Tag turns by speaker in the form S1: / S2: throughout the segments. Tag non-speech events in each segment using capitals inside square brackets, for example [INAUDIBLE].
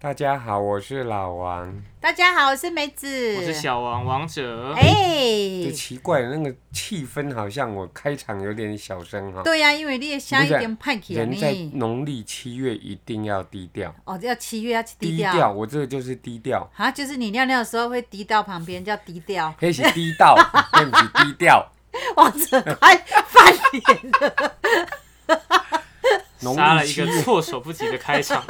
S1: 大家好，我是老王。
S2: 大家好，我是梅子，
S3: 我是小王王者。
S2: 哎、
S1: 这奇怪的那个气氛好像我开场有点小声哈。
S2: 对呀、啊因为你的声音已经派起了
S1: 人在
S2: 呢。
S1: 农历七月一定要低调，
S2: 哦，要七月要低
S1: 低
S2: 调
S1: 调，我这个就是低调，。
S2: 啊，就是你尿尿的时候会滴到旁边，叫滴掉
S1: 那是低调，那不是低调。
S2: 王者快翻脸！
S1: 农
S3: 杀了
S1: 历
S3: 一
S1: 七
S3: 个
S1: 月，
S3: 措手不及的
S2: [LAUGHS]
S3: 开场，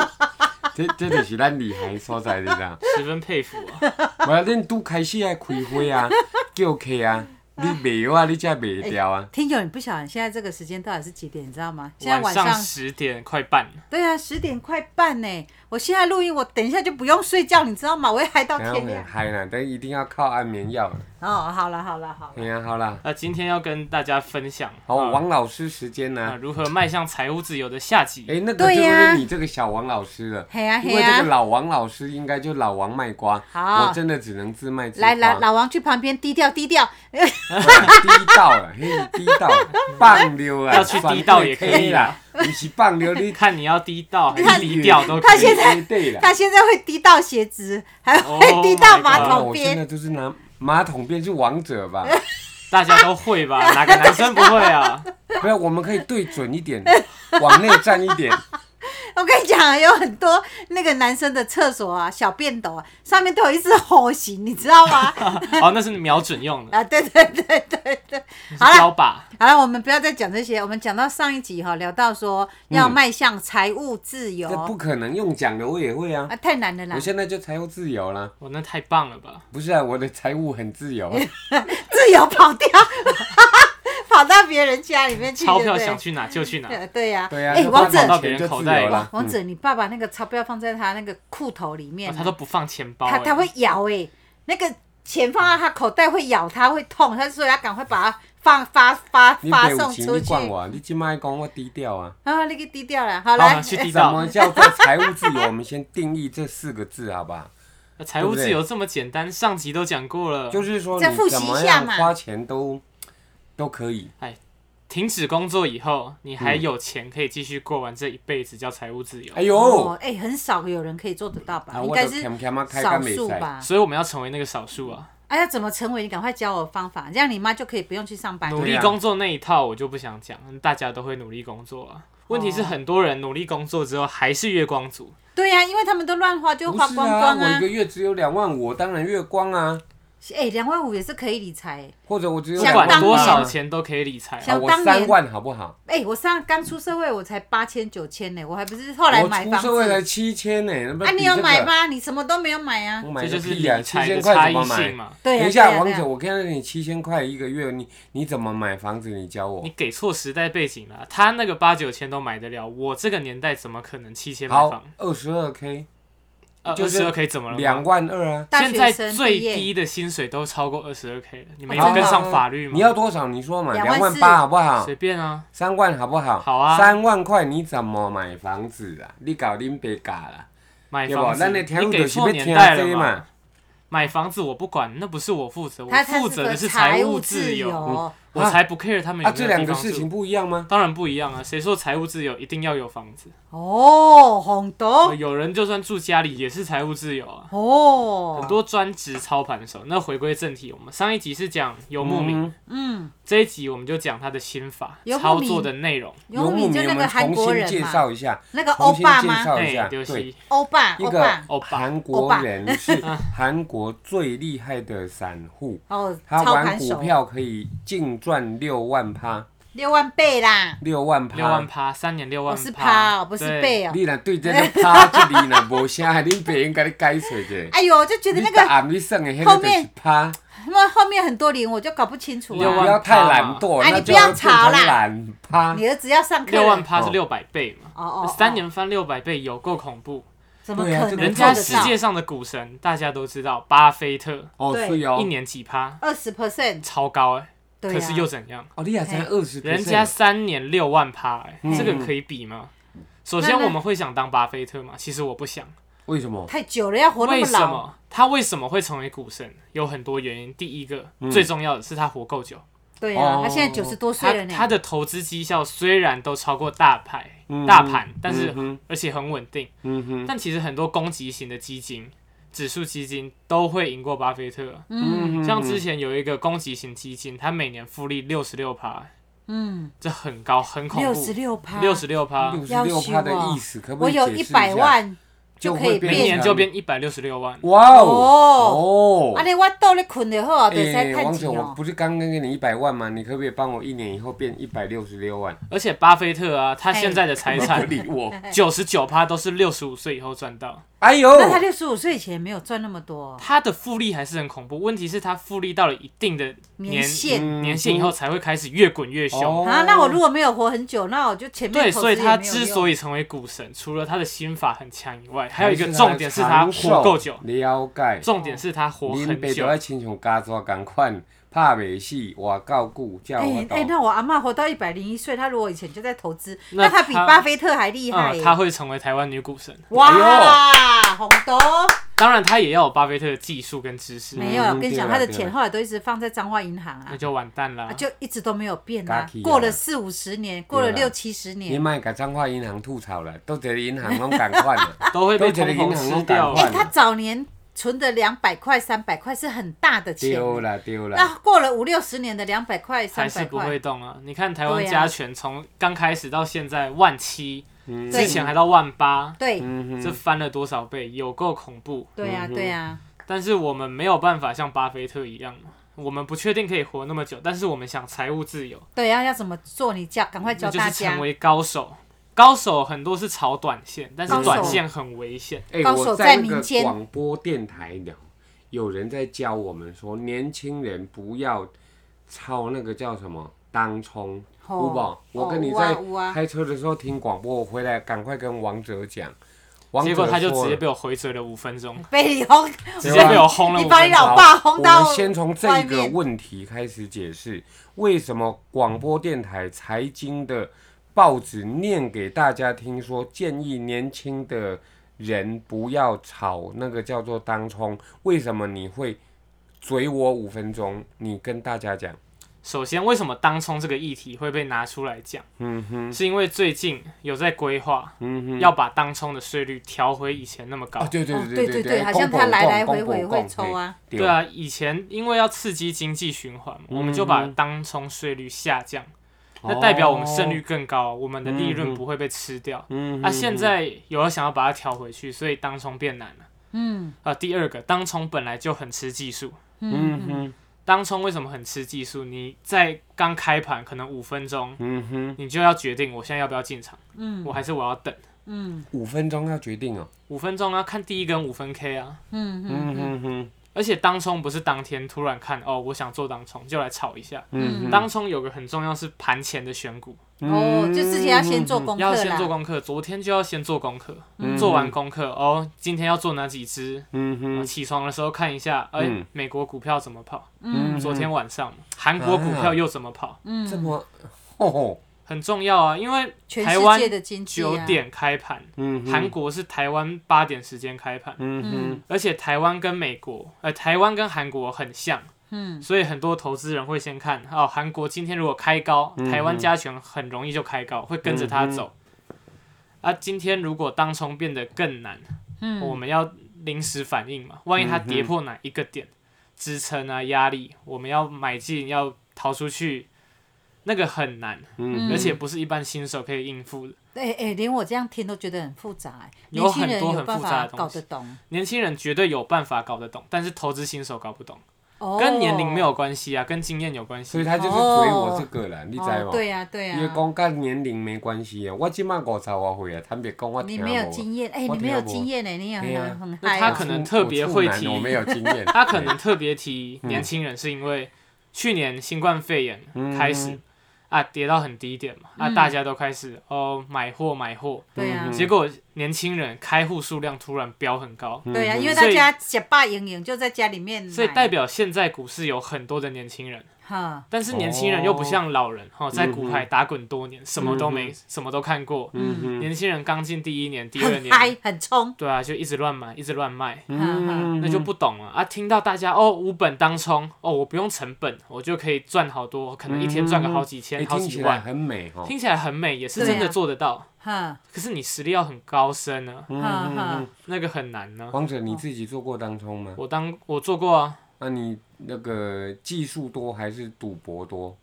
S1: 这这就是咱厉害所在，你知道？
S3: 十分佩服啊！
S1: 我恁拄开始爱开会啊，叫客啊，你袂有啊，你才袂掉啊。
S2: 听友，你不晓得现在这个时间到底是几点，你知道吗？现在
S3: 晚
S2: 晚上
S3: 十点快半，
S2: 对啊，十点快半呢。我现在录音，我等一下就不用睡觉，你知道吗？我会嗨到
S1: 等下我
S2: 天亮
S1: 们。嗨哎啦，但一定要靠安眠药了。
S2: 哦，好了好了好了，
S1: 哎呀，好啦，
S3: 那今天要跟大家分享
S1: 好，
S3: 啊
S1: 王老师时间呢、
S3: 啊如何迈向财务自由的下集。
S1: 哎、那个
S2: 对
S1: 就
S2: 呀
S1: 是你这个小王老师了，
S2: 嘿呀
S1: 因
S2: 嘿
S1: 为这个
S2: 呀，
S1: 老王老师应该就老王卖瓜，
S2: 好
S1: 我真的只能自卖自夸，
S2: 来来，老王去旁边低调低调。
S1: 低到了，嘿，低到
S2: [LAUGHS]
S1: 了，棒溜啊，
S3: 要去低到也可以啊
S1: 算对啦，你是棒
S2: [LAUGHS]
S1: 溜，你
S3: 看你要低调还
S1: 看
S3: 是低调都可
S2: 他
S3: 以
S2: 现。在
S1: 对啦，
S2: 他现在会滴到鞋子，还会 [LAUGHS] 滴到马
S1: 啊
S2: 桶
S1: 我现
S2: 边。
S1: 在就是拿马桶边是王者
S2: [LAUGHS]
S1: 吧，
S3: 大家都会吧？哪个男生不会啊？ [LAUGHS]
S1: 不是，我们可以对准一点， [LAUGHS] 往内站一
S2: [LAUGHS] 哦
S1: 点，
S2: 我跟你讲啊，有很多那个男生的厕所啊，小便斗啊，上面都有一只火形，你知道吗？
S3: [LAUGHS] 哦，那是瞄准用的，
S2: 啊，对对对对对。
S3: 是
S2: 好啦
S3: 标靶。
S2: 好了，我们不要再讲这些，我们讲到上一集哈、聊到说要迈向财务自由、
S1: 这不可能用讲的，我也会啊，
S2: 啊，太难了啦
S1: 我，现在就财务自由啦，
S3: 哇，那太棒了吧！
S1: 不是啊，我的财务很自
S2: [LAUGHS]
S1: 由。
S2: 自由跑掉， [LAUGHS] 跑到别人家里面去，
S3: 钞票想
S2: 去
S3: 去哪就去哪，哦
S2: 哪？对呀、
S1: 对呀、
S2: 哎、
S1: 就
S2: 王
S1: 花
S2: 者
S3: 到
S1: 点钱
S3: 别人
S1: 就
S3: 口
S1: 自
S3: 袋
S1: 由
S3: 里
S1: 了。
S2: 王
S1: 嗯
S2: 者，你爸把那个钞票放在他那个裤头里面啊、
S3: 哦他都不放钱包
S2: 他
S3: 欸。
S2: 他会咬哎、那个钱放在他口袋会咬他，会痛，他所以要赶快把它放发发
S1: 你
S2: 发
S1: 别有
S2: 送
S1: 钱，
S2: 出
S1: 你
S2: 去。
S1: 管我，啊你今麦讲我低调啊。
S2: 啊，那个低调了，好哎
S3: 好
S2: 来，
S3: 去低
S1: 什
S3: 调
S1: 么。叫做财务自由？我们先定义这四个字，好
S3: [LAUGHS]
S1: 吧？
S3: 那财务自由这么简单，上集都讲过了。
S1: 就是说，
S2: 再复
S1: 你
S2: 习
S1: 怎
S2: 一
S1: 么
S2: 下
S1: 样
S2: 嘛
S1: 花钱都都可以。
S3: 停止工作以后，你还有钱可以继续过完这一辈子，叫财务自
S1: 嗯
S3: 由
S1: 哎。呦，
S2: 哦，哎、很少有人可以做得到吧？
S1: 啊
S2: 应
S1: 我
S2: 该
S1: 就是欠欠啊开
S2: 少
S1: 干袂
S2: 数
S1: 使。
S2: 吧？
S3: 所以我们要成为那个少数啊！
S2: 哎、要怎么成为？你赶快教我方法，这样你妈就可以不用去上
S1: 哎
S2: 班。
S3: 努力工作那一套我就不想讲，大家都会努力工作啊。
S1: 哦
S3: 问题是很多人努力工作之后还是月光族，
S2: 对啊呀、因为他们都乱花，就
S1: 不
S2: 花
S1: 是
S2: 光光
S1: 我一
S2: 啊
S1: 个。月只有两万五，我当然月光啊，
S2: 哎、两、万五也是可以理财、欸。
S1: 或者我只有
S3: 不
S2: 想
S1: 两
S2: 当
S3: 管
S1: 万
S3: 多
S1: 啊
S3: 少，钱都可以理财啊。
S1: 啊
S2: 想
S1: 我
S2: 当
S1: 三
S2: 年
S1: 万好不好？
S2: 哎、我上刚出社会，我才八千九千呢，我还不是后来
S1: 我
S2: 买
S1: 出
S2: 房
S1: 社会才
S2: 子。
S1: 七千呢，那不
S2: 啊，
S1: 比
S2: 你有
S1: 这
S2: 买
S1: 个？
S2: 吗？你什么都没有买啊。
S1: 我买
S3: 这
S1: 个
S3: 就是
S1: 屁
S3: 理
S1: 呀！七
S3: 财
S1: 千
S3: 的
S1: 块
S3: 差
S1: 怎么
S3: 异性
S1: 买？
S3: 嘛。
S2: 对呀、
S1: 等一
S2: 对呀啊
S1: 下，
S2: 对
S1: 王
S2: 呀
S1: 者，我跟你说你七千块一个月，你你怎么买房子？你教我
S3: 你。给错时代背景了，他那个八九千都买得了，我这个年代怎么可能七千买
S1: 好
S3: 房？，
S1: 二十二 k，
S3: 呃，
S1: 就
S3: 二
S1: 是
S3: 十二 k 怎么了
S1: 两
S3: 吗？
S1: 万二啊。
S2: 大
S3: 现
S2: 学
S3: 在
S2: 生
S3: 最
S2: 毕业
S3: 低的薪水都超过二十二 k 了，你们
S2: 哦真
S3: 有
S2: 的
S3: 跟上法律吗？
S1: 你要多少？你说嘛，
S2: 两
S1: 两
S2: 万
S1: 万
S2: 四
S1: 八好不好？
S3: 随便啊，
S1: 三万好不好？
S3: 好啊
S1: 三万块你怎么买房子啊？你搞恁别搞啦，
S3: 买
S1: 对
S3: 房
S1: 不？
S3: 子，
S1: 咱的条
S3: 你
S1: 路
S3: 给
S1: 就是要
S3: 错
S1: 听
S3: 年代
S1: 啊这
S3: 了
S1: 嘛。。
S3: 买房子我不管，那不是我负责，我
S2: 他他
S3: 负责的
S2: 是
S3: 是
S2: 个财
S3: 务
S2: 自
S3: 由，
S2: 由，
S3: 我才不 care 他们有
S1: 啊，
S3: 没有
S1: 这两
S3: 地
S1: 个
S3: 方
S1: 事情
S3: 住
S1: 不一样吗？
S3: 当然不一样啊！谁说财务自由一定要有房子？呃
S2: 哦，红豆
S3: 有人就算住家里也是财务自由啊！
S2: 哦，
S3: 很多专职操盘手。那回归正题，我们上一集是讲游牧民，
S1: 嗯，
S2: 嗯，
S3: 这一集我们就讲他的心法、
S2: 游牧
S3: 操
S2: 民
S3: 作的内容。
S2: 游
S1: 牧
S2: 民
S1: 民，
S2: 就
S1: 我
S2: 那个
S1: 们
S2: 韩
S1: 重
S2: 国
S1: 新
S2: 人
S1: 介
S2: 嘛，
S1: 绍一下，
S2: 那个
S1: 重
S2: 欧
S1: 新
S2: 巴
S1: 介
S2: 吗？
S1: 绍一下，对，
S3: 就是
S2: 欧巴，
S1: 一
S2: 欧
S1: 个
S2: 巴，
S3: 欧巴，啊
S1: 韩
S2: 欧
S1: 国
S2: 巴
S1: 人
S3: [LAUGHS]
S1: 是韩国最厉害的散户，
S2: 哦，
S1: 他
S2: 操
S1: 玩
S2: 盘
S1: 股
S2: 手，
S1: 票可以净赚六万趴，
S2: 六万倍啦，
S1: 六万
S3: 六万
S1: 趴。
S3: 趴，三年六
S2: 我
S3: 万
S2: 是趴哦，不
S3: 对
S2: 是倍哦。
S1: 你若对这个趴这里若无啥，恁别人给你解释
S2: [LAUGHS]
S1: 者。
S2: 哎呦，我就觉得
S1: 你
S2: 那
S1: 答
S2: 个
S1: 案你算的那
S2: 后
S1: 个就是
S2: 面
S1: 趴。
S2: 他们后面很多零，我就搞不清楚
S1: 你
S3: 六
S1: 不
S3: 万
S2: 啊。
S1: 要太懒惰，
S2: 哎
S1: 那
S2: 你不
S1: 就
S2: 要
S1: 变
S2: 吵啦
S1: 成懒趴。
S2: 你儿子要上课了，
S3: 六万趴
S1: 哦
S3: 是六百倍嘛？
S2: 哦哦哦
S3: 三年翻六百倍有够恐怖。
S2: 怎么可
S1: 对啊
S2: 能
S1: 这
S2: 做
S1: 个
S2: 得到？
S3: 人家世界上的股神，大家都知道，巴菲特
S1: 哦，
S2: 对
S1: 是哦
S3: 一，年几趴，
S2: 二十 percent，
S3: 超高哎、
S2: 对
S3: 可
S2: 啊
S3: 是又怎样？
S1: 哦，你也才
S2: 嘿
S1: 二十，
S3: 人家三年六万趴哎、
S1: 嗯
S3: 这个可以比吗？首
S2: 那
S3: 先
S2: 那
S3: 我们会想当巴菲特吗？其实我不想。
S1: 为什么？
S2: 太久了，要活那
S3: 为
S2: 么
S3: 什
S2: 老，
S1: 嗯
S3: 么他为什么会成为股神？有很多原因。第一个、最重要的是他活够久，
S2: 对啊，
S1: 哦
S2: 他现在九十多岁
S3: 他
S2: 了呢。
S3: 他的投资绩效虽然都超过大牌
S1: 嗯
S3: 大盘，但是
S1: 嗯哼
S3: 而且很稳定，
S1: 嗯哼，
S3: 但其实很多攻击型的基金、指数基金都会赢过巴菲特。
S1: 嗯哼
S3: 像之前有一个攻击型基金，它每年复利六十六趴，
S2: 嗯，
S3: 这很高，很恐
S2: 六十
S3: 怖，
S2: 六趴，
S3: 六十，六趴，
S1: 六十
S2: 要
S1: 六
S2: 修
S1: 趴的
S2: 啊
S1: 意思，可不
S2: 我
S1: 可以
S2: 有
S1: 解释
S2: 一
S1: 一
S2: 百
S1: 下？
S2: 万
S1: 就
S2: 可以
S1: 会变
S3: 明年
S1: 成
S3: 就变一百六十六万。
S1: 哇
S2: 哦
S1: 哦
S2: 啊，！你我倒咧困就好啊，就使
S1: 哎，
S2: 趁
S1: 王
S2: 钱
S1: 总，我
S2: 哦。
S1: 不是刚刚给你一百万吗？你可不可以帮我一年以后变一百六十六万？
S3: 而且巴菲特啊，他
S2: 嘿
S3: 现在的财
S1: 不 [LAUGHS]
S2: 哎
S3: 产
S1: 理
S2: [LAUGHS]
S1: 我！
S3: 九十九趴都是六十五岁以后赚到，
S1: 哎呦，
S2: 那他六十五岁以前没有赚那么多哦，
S3: 他的复利还是很恐怖。问题是，他复利到了一定的
S2: 年
S3: 年
S2: 限
S1: 嗯
S3: 年限以后，才会开始越滚越凶。
S1: 哦
S2: 啊，那我如果没有活很久，那我就前面
S3: 对，
S2: 投
S3: 所以
S2: 资
S3: 他
S2: 也没有
S3: 之
S2: 用
S3: 所以成为股神，除了他的心法很强以外，还有一个重点是他
S1: 长寿
S3: 活够
S2: 哦
S3: 久，
S1: 了解。
S3: 重点是他活
S1: 林
S3: 很
S1: 北
S3: 久
S1: 都。要亲像家族共款，拍袂死，活够久才
S2: 哎
S1: 有
S2: 哎、
S1: 法度。
S2: 那我阿嬷活到一百零一岁，她如果以前就在投资，
S3: 那
S2: 那她比
S3: 她
S2: 巴菲特还厉害、
S1: 啊
S3: 嗯，他会成为台湾女股神。
S2: 哇，
S1: 哎
S2: 红豆
S3: 当然，他也要有巴菲特的技术跟知识，
S2: 没有，我跟你
S1: 嗯对
S2: 讲，
S1: 啦
S2: 她的
S1: 对
S2: 钱
S1: 啦
S2: 后来都一直放在彰化银行
S3: 那
S2: 啊，
S3: 就完蛋了
S2: 啊。就一直都没有变
S1: 家
S2: 啊
S1: 企。啊
S2: 过了四五十年，过了
S1: 对啦
S2: 六七十
S1: 你
S2: 年，
S1: 莫甲彰化银行吐槽了，都一个银行拢共款
S2: [LAUGHS]
S1: 了。
S3: 都会被
S1: 都觉得
S3: 通膨
S1: 银行
S3: 吃
S1: 都
S3: 掉啊
S1: 赶
S2: 哎、
S1: 快
S2: 她
S3: 了。
S2: 早年存的两百块、三百块是很大的钱，
S1: 对啦对啦，
S2: 那过了五六十年的两百块、
S3: 还
S2: 三
S3: 是
S2: 百
S3: 不
S2: 块
S3: 会，动啊！你看台湾
S2: 对啊
S3: 加权从刚开始到现在万七，
S1: 嗯
S2: 对
S3: 之前还到万八，
S2: 对、
S1: 嗯
S3: 这
S1: 哼，
S3: 翻了多少倍，有够恐怖。
S2: 对啊，对啊，
S3: 但是我们没有办法像巴菲特一样，我们不确定可以活那么久，但是我们想财务自由，
S2: 对啊，要怎么做？你教，赶快教
S3: 那就
S2: 大
S3: 是
S2: 家
S3: 成。为高手。高手很多是炒短线，但
S2: 高
S3: 是
S2: 手
S3: 短线很危险。
S1: 哎，
S2: 高手
S1: 我
S2: 在
S1: 在那
S2: 民
S1: 个
S2: 间
S1: 广播电台聊，有人在教我们说，年轻人不要操那个叫什么当冲，
S2: 哦
S1: 有不？我跟你
S2: 哦有啊
S1: 在
S2: 有啊
S1: 开车的时候听广播，我回来赶快跟王哲讲。王哲
S3: 结果他就直接
S1: 说了
S3: 被我回嘴了五分钟，
S2: [LAUGHS] 被你轰，
S3: 直接被我轰
S2: 嗯
S3: 了
S2: 你
S3: 五
S2: 把你
S3: 分
S2: 老
S3: 钟。
S2: 爸轰到
S1: 我们先从这
S2: 外
S1: 个
S2: 面
S1: 问题开始解释，为什么广播电台财经的报纸念给大家听说，建议年轻的人不要炒那个叫做当冲。为什么你会嘴我五分钟？你跟大家讲，
S3: 首先，为什么当冲这个议题会被拿出来讲？
S1: 嗯哼，
S3: 是因为最近有在规划
S1: 嗯哼，
S3: 要把当冲的税率调回以前那么高
S1: 啊，。对对
S2: 哦
S1: 对
S2: 对
S1: 对，
S2: 好像
S1: 公婆
S2: 他来来
S1: 公
S2: 回
S1: 公
S2: 回
S1: 婆
S2: 会
S1: 公
S2: 抽啊，
S1: 嘿
S3: 对啊，以前因为要刺激经济循环嘛，我们就把
S1: 嗯
S3: 当冲税率下降，
S1: 哦
S3: 那代表我们胜率更高，我们的利润不会被吃掉。
S1: 嗯
S3: 啊，
S1: 哼
S3: 现在有要想要把它调回去，所以当冲变难了。
S2: 嗯
S3: 啊，第二个，当冲本来就很吃技术，
S1: 嗯
S2: 嗯，
S1: 哼
S3: 当冲为什么很吃技术？你在刚开盘可能五分钟，
S1: 嗯哼，
S3: 你就要决定我现在要不要进场，
S2: 嗯
S3: 我还是我要等
S2: 嗯
S1: 五分钟要决定哦，
S3: 五分钟啊，看第一根五分 K 啊。
S2: 嗯嗯
S1: 嗯哼哼，
S3: 而且当冲不是当天突然看哦，我想做当冲就来炒一下。
S1: 嗯哼，
S3: 当冲有个很重要是盘前的选股，
S2: 嗯，哦，就自己要先做
S1: 嗯
S2: 功
S3: 要
S2: 课
S3: 先
S2: 啦，
S3: 做功课，昨天就要先做功课，
S1: 嗯
S3: 做完功课哦，今天要做哪几只？
S1: 嗯哼
S3: 我。起床的时候看一下，哎、
S1: 嗯
S3: 美国股票怎么跑？
S1: 嗯
S3: 昨天晚上韩国股票又怎么跑？
S2: 嗯
S1: 这么，哦吼吼，
S3: 很重要啊，因为
S2: 全
S3: 台
S2: 世
S3: 湾
S2: 界的经济
S3: 九
S2: 啊，
S3: 点开盘，
S1: 嗯哼
S3: 韩、，国是台湾八点时间开盘，
S1: 嗯
S3: 而且台湾跟美国，呃，台湾跟韩国很像，
S2: 嗯
S3: 所以很多投资人会先看哦，韩国今天如果开高，
S1: 嗯
S3: 台湾加权很容易就开高，会跟着它走。
S1: 嗯
S3: 啊，今天如果当冲变得更难，我们要临时反应嘛，万一它跌破哪一个点，支撑啊压力，我们要买进要逃出去，那个很难，
S1: 嗯
S3: 而且不是一般新手可以应付的。
S2: 哎哎，连我这样听都觉得很复杂，哎，
S3: 有
S2: 年轻
S3: 很
S2: 人
S3: 多
S2: 有
S3: 很
S2: 办
S3: 复杂
S2: 法
S3: 的东
S2: 搞
S3: 西
S2: 得懂，
S3: 年轻人绝对有办法搞得懂，但是投资新手搞不懂，
S2: 哦，
S3: 跟年龄没有关系啊，跟经验有关
S1: 所以
S3: 系。
S1: 他就是追我这个啦，你知
S2: 哦，
S1: 无？
S2: 对呀对
S1: 伊
S2: 呀，
S1: 讲甲年龄没关系啊，我即满五十外岁啊，坦白讲我
S2: 你
S1: 听
S2: 没有
S1: 无。
S2: 经验，哎，
S1: 我
S2: 你
S1: 听
S2: 没有
S1: 不
S2: 经验哎，你也
S1: 嘿啊
S2: 很很
S3: 那
S2: 嗨
S3: 他
S2: 哦
S3: 可能特别会提
S1: 我处男我没有经验。
S3: [LAUGHS]
S2: [LAUGHS]
S3: 他可能特别
S1: [LAUGHS]
S3: 提
S1: 嗯
S3: 年轻人，是因为去年新冠肺炎
S1: 嗯
S3: 开始、啊跌到很低点嘛，啊大家都开始哦买货买货，
S2: 对呀
S1: 嗯
S3: 结果年轻人开户数量突然飙很高，
S1: 嗯
S2: 对啊呀，因为大
S3: 所以
S2: 家小爸盈盈就在家里面买，
S3: 所以代表现在股市有很多的年轻人，
S2: 哈，
S3: 但是年轻人又不像老人哈、哦在股海打滚多年，什么都没，什么都看过。
S1: 嗯
S3: 年轻人刚进第一年、第
S1: [LAUGHS]
S3: 二
S2: 很
S3: 年，
S2: 嗨，很冲，
S3: 对啊，就一直乱买，一直乱卖，
S1: 哼，嗯
S3: 那就不懂了啊！听到大家哦无本当冲哦，我不用成本，我就可以赚好多，可能一天赚个好几千、
S1: 诶嗯
S3: 好
S1: 哎听
S3: 几
S1: 起来
S3: 万，
S1: 很美哈。
S3: 听起来很美，也是
S2: 对
S3: 真
S2: 啊
S3: 的做得到。
S2: 哈
S3: 可是你实力要很高深呢、啊，
S1: 嗯
S2: 哈哈
S1: 嗯，
S3: 那个很难呢、
S1: 王者，你自己做过当冲吗？
S3: 我当我做过啊，
S1: 那你那个技术多还是赌博多？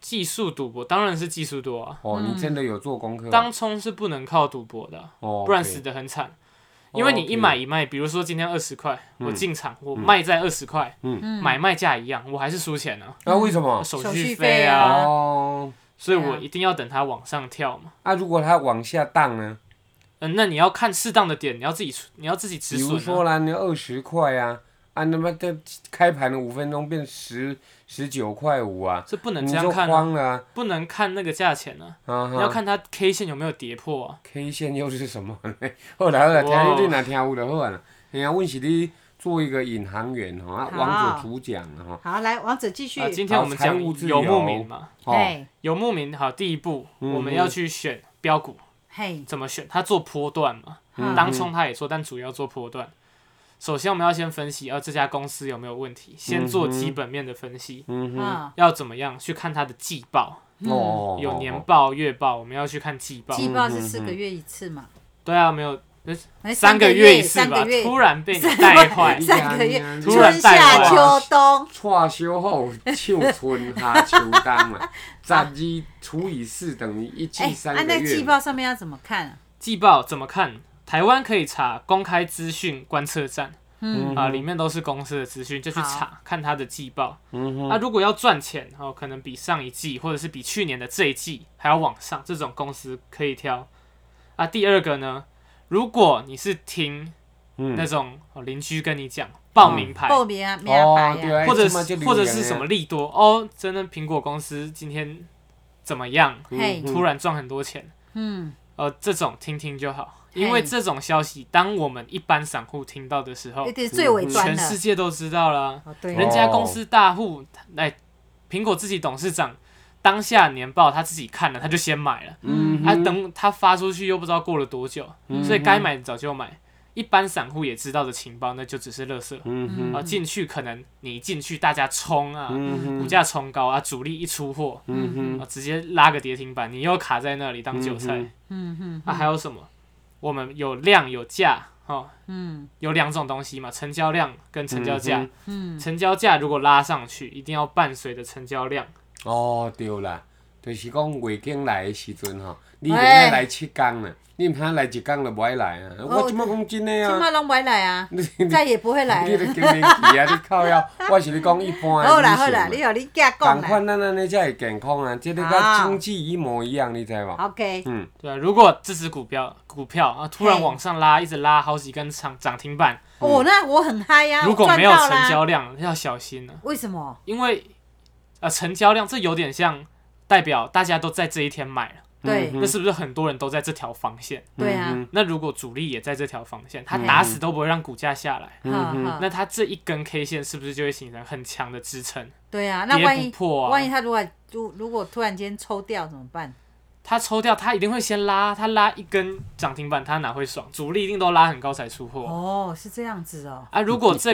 S3: 技术赌博当然是技术多啊，
S1: 哦，
S2: 嗯
S1: 你真的有做功课？
S3: 当冲是不能靠赌博的啊、
S1: 嗯哦，
S3: 不然
S1: OK
S3: 死得很惨。因为你一买一卖，比如说今天二十块，
S1: 嗯
S3: 我进场我卖在二十块，
S2: 嗯，
S3: 买卖价一样，我还是输钱呢、
S1: 那啊为什么？
S3: 手
S2: 手续
S3: 续
S2: 费
S3: 费
S2: 啊
S3: 啊，
S1: 哦，
S3: 所以
S2: 对啊
S3: 我一定要等它往上跳嘛。
S1: 那如果它往下荡呢？
S3: 嗯，那你要看适当的点，你要自己出你要自己止
S1: 比如
S3: 损、啊
S1: 说。啦，你二十块啊，啊，那么在开盘的五分钟变十十九块五啊，
S3: 这不能
S1: 你
S3: 这样
S1: 就
S3: 看、啊，
S1: 慌了啊！
S3: 不能看那个价钱呢、
S1: 啊
S3: 你要
S1: 哈
S3: 看它 K 线有没有跌破啊。
S1: ，K 线又是什么呢？后来后来，
S3: 哇哦
S1: 听你哪听有就好了。哎呀，阮是你做一个引航员吼，啊，
S2: 好
S1: 王者主讲吼，
S2: 好，来王者继续
S3: 啊，，今天我们
S1: 好财
S3: 讲
S1: 务自由
S3: 游牧民嘛，
S1: 哦，
S2: 嘿，
S3: 游牧民好，第一步
S1: 嗯
S3: 我们要去选标股，
S2: 嘿，
S3: 怎么选？它做波段嘛，
S2: 嗯
S3: 当冲它也做，但主要做波段。首先我们要先分析，呃，这家公司有没有问题，先做基本面的分析，
S1: 嗯哼，
S2: 啊，
S3: 要怎么样去看它的季报，
S1: 哦，
S3: 嗯有年报、月报，我们要去看季报。
S2: 季报是四
S1: 嗯
S2: 个月一次嘛，
S3: 对啊，没有
S2: 哎
S3: 三个月
S2: 月
S3: 一次
S2: 三
S3: 吧
S2: 个，月
S3: 突然被你带坏，
S2: 三个
S1: 哎
S2: 月
S1: 呀
S3: 突然
S2: 春夏秋冬，
S1: 串烧后，秋春夏秋冬啊，十二除以四等于一季
S2: 哎，
S1: 三
S2: 啊，
S1: 个
S2: 那季
S1: 月。
S2: 报上面要怎么看啊？
S3: 季报怎么看？台湾可以查公开资讯观测站，
S1: 嗯
S3: 啊、里面都是公司的资讯，就去查看它的季报。
S1: 嗯哼
S3: 那、如果要赚钱，哦，可能比上一季或者是比去年的这一季还要往上，这种公司可以挑。啊，第二个呢，如果你是听那
S1: 嗯，
S3: 种哦邻居跟你讲报名牌，
S2: 报名啊，名
S1: 哦，
S2: 牌
S1: 对
S2: 啊，
S1: 啊，
S3: 或者
S1: 这么就是流
S3: 或者
S1: 行
S3: 是
S1: 了
S3: 什么利多哦，真的苹果公司今天怎么样？
S2: 嘿，
S3: 突然赚很多钱，
S2: 嗯，
S3: 呃，这种听听就好，
S2: 嘿
S3: 因为这种消息，当我们一般散户听到的时
S1: 嗯
S3: 候嗯
S2: 有，点最尾端
S3: 全
S2: 了
S3: 世，界都知道了。
S2: 哦，对
S1: 哦
S3: 人家公司大户，哎，苹果自己董事长当下年报他自己看了，他就先买了。
S1: 嗯
S3: 啊，等他发出去又不知道过了多久，所以该买的早就买。一般散户也知道的情报，那就只是垃圾。
S1: 嗯
S3: 啊，进去可能你一进去大家冲啊，
S1: 嗯
S3: 股价冲高啊，主力一出货，
S1: 嗯哼
S3: 啊，直接拉个跌停板，你又卡在那里当韭菜。
S1: 嗯
S2: 嗯嗯
S3: 啊，还有什么？我们有量有价，哦，
S2: 嗯
S3: 有两种东西嘛，成交量跟成交
S1: 嗯
S3: 价。
S2: 嗯，
S3: 成交价如果拉上去，一定要伴随着成交量。
S1: 哦，对啦，就是讲月经来的时阵吼，你应该
S2: 哎
S1: 来七天啦，你毋通来一天就无爱来啊。我即摆讲真诶
S2: 今
S1: 啊，
S2: 麦拢不会来啊，
S1: 你
S2: 再也不会哦来
S1: 你
S2: 了。
S1: 咧经年期啊，你靠
S2: [LAUGHS]
S1: 呀！我是咧讲一般
S2: 好啦好
S1: 女性
S2: 啦，
S1: 嘛
S2: 你互你家讲
S1: 同
S2: 啦
S1: 款咱安尼才会健康啊，即个甲
S2: 啊
S1: 经济一模一样，你知无？
S2: ，OK，
S1: 嗯，
S3: 对啊，如果这只股票股票啊突然
S2: 嘿
S3: 往上拉，一直拉好几根涨涨停板，
S2: 哦，那我很嗨呀，
S3: 如
S2: 我
S3: 果
S2: 赚
S3: 没有
S2: 到啊
S3: 成
S2: 啦。
S3: 交量，要小心了、
S2: 为什么？
S3: 因为啊成交量这有点像代表大家都在这一天买了，
S2: 对
S1: 嗯
S3: 那是不是很多人都在这条防线？
S2: 对啊，
S1: 嗯
S3: 那如果主力也在这条防
S2: 嗯
S3: 线，他打死都不会让股价下来，
S2: 哈哈，
S3: 那它这一根 K 线是不是就会形成很强的支撑？
S2: 对啊，那万
S3: 跌不
S2: 一
S3: 破
S2: 万一
S3: 啊！
S2: 他如果如如果突然间抽掉怎么办？
S3: 它抽掉，它一定会先拉，它拉一根涨停板，它哪会爽？主力一定都拉很高才出货
S2: 哦，是这样子哦，
S3: 啊！如
S1: [LAUGHS]
S3: 果这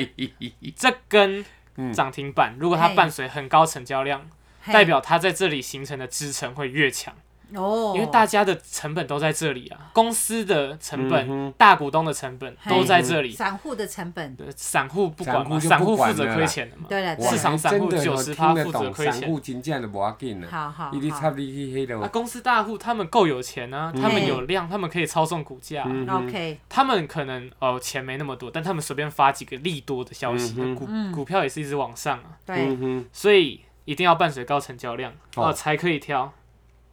S3: 这根
S1: 嗯
S3: 涨停板，如果它
S2: 嘿
S3: 伴随很高成交量，
S2: 嘿
S3: 代表它在这里形成的支撑会越强，
S2: 哦，
S3: 因为大家的成本都在这里啊，公司的
S1: 嗯
S3: 成本
S1: 哼、
S3: 大股东的成本
S2: 嘿
S3: 都在这里，
S2: 散户的成本，
S3: 呃散户不管嘛，
S1: 嗯散
S3: 散
S1: 户就不
S3: 户
S1: 管
S3: 负
S1: 了啦
S3: 责亏钱的嘛。
S2: 对了对
S1: 哇
S3: 市
S2: 了，
S3: 场散户
S1: 真的哦
S3: 90%
S1: 听得
S3: 负责
S1: 懂
S3: 亏钱
S1: 散户真正就无要紧啦，
S2: 好好
S1: 伊咧
S2: 好
S1: 插你去迄
S3: 啊，
S1: 落，
S3: 公司大户他们够有钱啊，
S1: 嗯
S3: 他们有量，他们可以操纵股价啊、
S1: 嗯哼
S2: ，OK，
S3: 他们可能哦钱没那么多，但他们随便发几个利多的消息，啊
S1: 嗯哼
S3: 股
S2: 嗯
S3: 股票也是一直往上啊，
S2: 对，
S1: 嗯哼，
S3: 所以一定要伴随高成交量
S1: 哦
S3: 哦、才可以挑。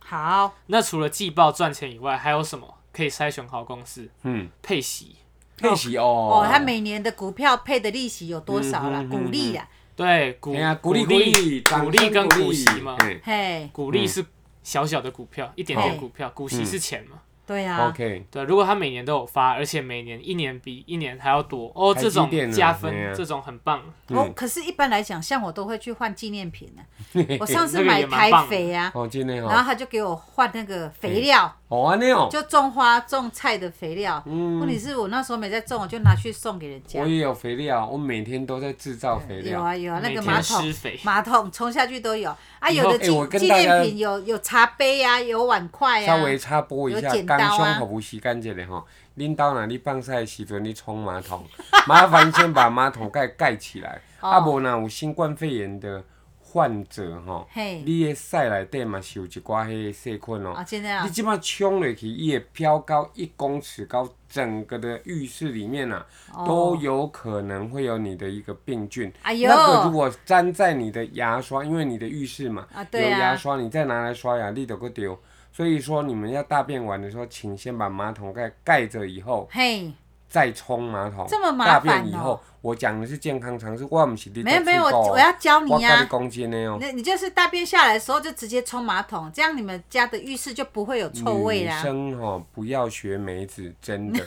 S2: 好，
S3: 那除了季报赚钱以外，还有什么可以筛选好公司？
S1: 嗯，
S3: 配息，
S1: 那是哦，
S2: 哦哦，他每年的股票配的利息有多少啦？
S1: 嗯嗯嗯
S2: 股利啦，
S3: 对股
S1: 哎呀，鼓励
S3: 励
S1: 励，哎嗯
S3: 鼓励跟股息嘛，
S1: 嘿
S2: 嘿，
S3: 股利是小小的股票，一点点
S2: 哦
S1: 嗯
S3: 股票，股息是钱嘛，
S2: 对呀、
S1: OK，
S3: 对，如果他每年都有发，而且每年一年比一年还要多哦，
S1: 台
S3: 这
S1: 积
S3: 种
S1: 电啊
S3: 加
S1: 哎呀
S3: 分，这种很棒。
S2: 哦，可是，一般来讲，像我都会去换纪念品
S1: [LAUGHS]
S2: 呢、我上次
S3: 那个
S2: 买
S3: 也蛮
S2: 台
S3: 棒的
S2: 肥呀、
S1: 哦，真的
S2: 然后
S1: 哦，
S2: 他就给我换那个肥料，
S1: 哦安尼哦，
S2: 就种花种菜的肥料。问题是我那时候没在种，我就拿去送给人家
S1: 我。也有肥料，我每天都在制造肥
S2: 有
S1: 料。
S2: 啊有啊，那
S3: 每
S2: 个
S3: 天
S2: 马
S3: 施
S2: 桶
S3: 肥
S2: 马桶冲下去都有啊，
S3: 以后
S2: 有的
S1: 哎我
S2: 纪
S1: 跟
S2: 纪
S1: 大家
S2: 念品有有茶杯呀、有碗筷啊呀、
S1: 稍微插播一下
S2: 有，剪刀
S1: 刚
S2: 啊
S1: 胸口不时间一下吼，恁兜若你放屎的时阵，你冲马桶，麻烦先把马桶盖盖起来，
S2: 哦
S1: 啊无若有新冠肺炎的患者吼，
S2: 嘿
S1: 你的屎内底嘛是有一寡迄个细菌哦
S2: 啊，。真的啊
S1: 你，即摆冲落去，伊会飘高一公尺高，整个的浴室里面啊，都有可能会有你的一个病菌。
S2: 哦哎呦
S1: 那个如果粘在你的牙刷，因为你的浴室嘛，
S2: 啊对
S1: 有
S2: 啊
S1: 牙刷，你再拿来刷牙，你都会丢。所以说，你们要大便完的时候，请先把马桶盖盖着，以后
S2: 嘿，
S1: 再冲马桶。
S2: 这么麻
S1: 大
S2: 烦哦
S1: 便以后，我讲的是健康常识，我不是你
S2: 没有没有，
S1: 自
S2: 我
S1: 顾哦
S2: 我要教你啊
S1: 我跟
S2: 呀、
S1: 你讲真的哦，
S2: 那你就是大便下来的时候就直接冲马桶，这样你们家的浴室就不会有臭味
S1: 女
S2: 啦。
S1: 生哈、不要学梅子，真
S2: [LAUGHS]
S1: 的，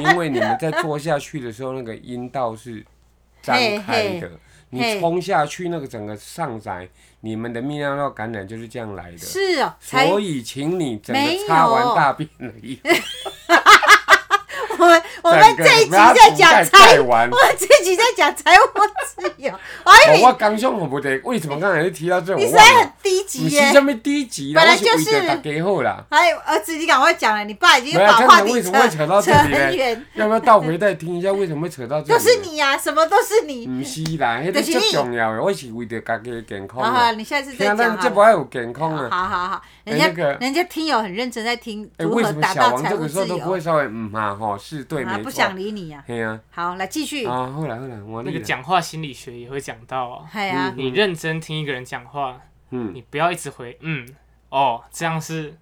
S1: 因为你们在做下去的时候，那个阴道是张开
S2: 嘿
S1: 的
S2: 嘿，
S1: 你
S2: 嘿
S1: 冲下去，那个整个上载，你们的泌尿道感染就是这样来的。
S2: 是哦，才
S1: 所以，请你整
S2: 没
S1: 个
S2: 有
S1: 擦完大便了以后，
S2: 我们我们
S1: 整个
S2: 这一集
S1: 把
S2: 在
S1: 它
S2: 讲
S1: 盖盖
S2: 财，
S1: 完。
S2: 我
S1: 哦
S2: 们这一集在讲财务自由，我还
S1: [LAUGHS]
S2: 以
S1: 我
S2: 为
S1: 刚胸口不对，为什么刚才就提到这种？
S2: 你
S1: 我
S2: 实在
S1: 忘
S2: 很
S1: 了，
S2: 低
S1: 不
S2: 级
S1: 是
S2: 耶
S1: 这。么低级啦，我
S2: 本来
S1: 是为
S2: 就是
S1: 着大家好啦。
S2: 还有儿子，你赶快讲了，你爸已经
S1: 没有啊
S2: 把
S1: 刚
S2: 话
S1: 才
S2: 题
S1: 为什
S2: 扯
S1: 么会扯到这
S2: 扯
S1: 里
S2: 很
S1: 呢
S2: [LAUGHS] 远，？
S1: 要不要倒回再听一下为什么会扯到这里嗯
S2: 都
S1: 呢？
S2: 是你呀、什么都是你。
S1: 毋是啦，迄个
S2: 就是
S1: 最重要的，我是为着家己的健康
S2: 好好，
S1: 啊。
S2: 你下次再
S1: 听
S2: 讲
S1: 咱这
S2: 好
S1: 不
S2: 了。
S1: 爱有健康
S2: 好
S1: 啊。
S2: 好好，人
S1: 哎那个
S2: 家人家听友很认真在听
S1: 哎，
S2: 如
S1: 为
S2: 何
S1: 什么
S2: 达
S1: 小
S2: 到
S1: 王
S2: 财
S1: 这
S2: 务
S1: 个时候
S2: 自
S1: 都不
S2: 由
S1: 会稍微嗯哈吼，是对
S2: 啊
S1: 没？
S2: 不
S1: 错。
S2: 想理嗯你呀。
S1: 嘿啊，
S2: 好，来继续。
S1: 啊，后来后来，我
S3: 那个，讲话心理学也会讲到哦，
S2: 嗨呀，
S3: 你认真听一个人讲话，
S1: 嗯，
S3: 你不要一直回嗯哦，这样是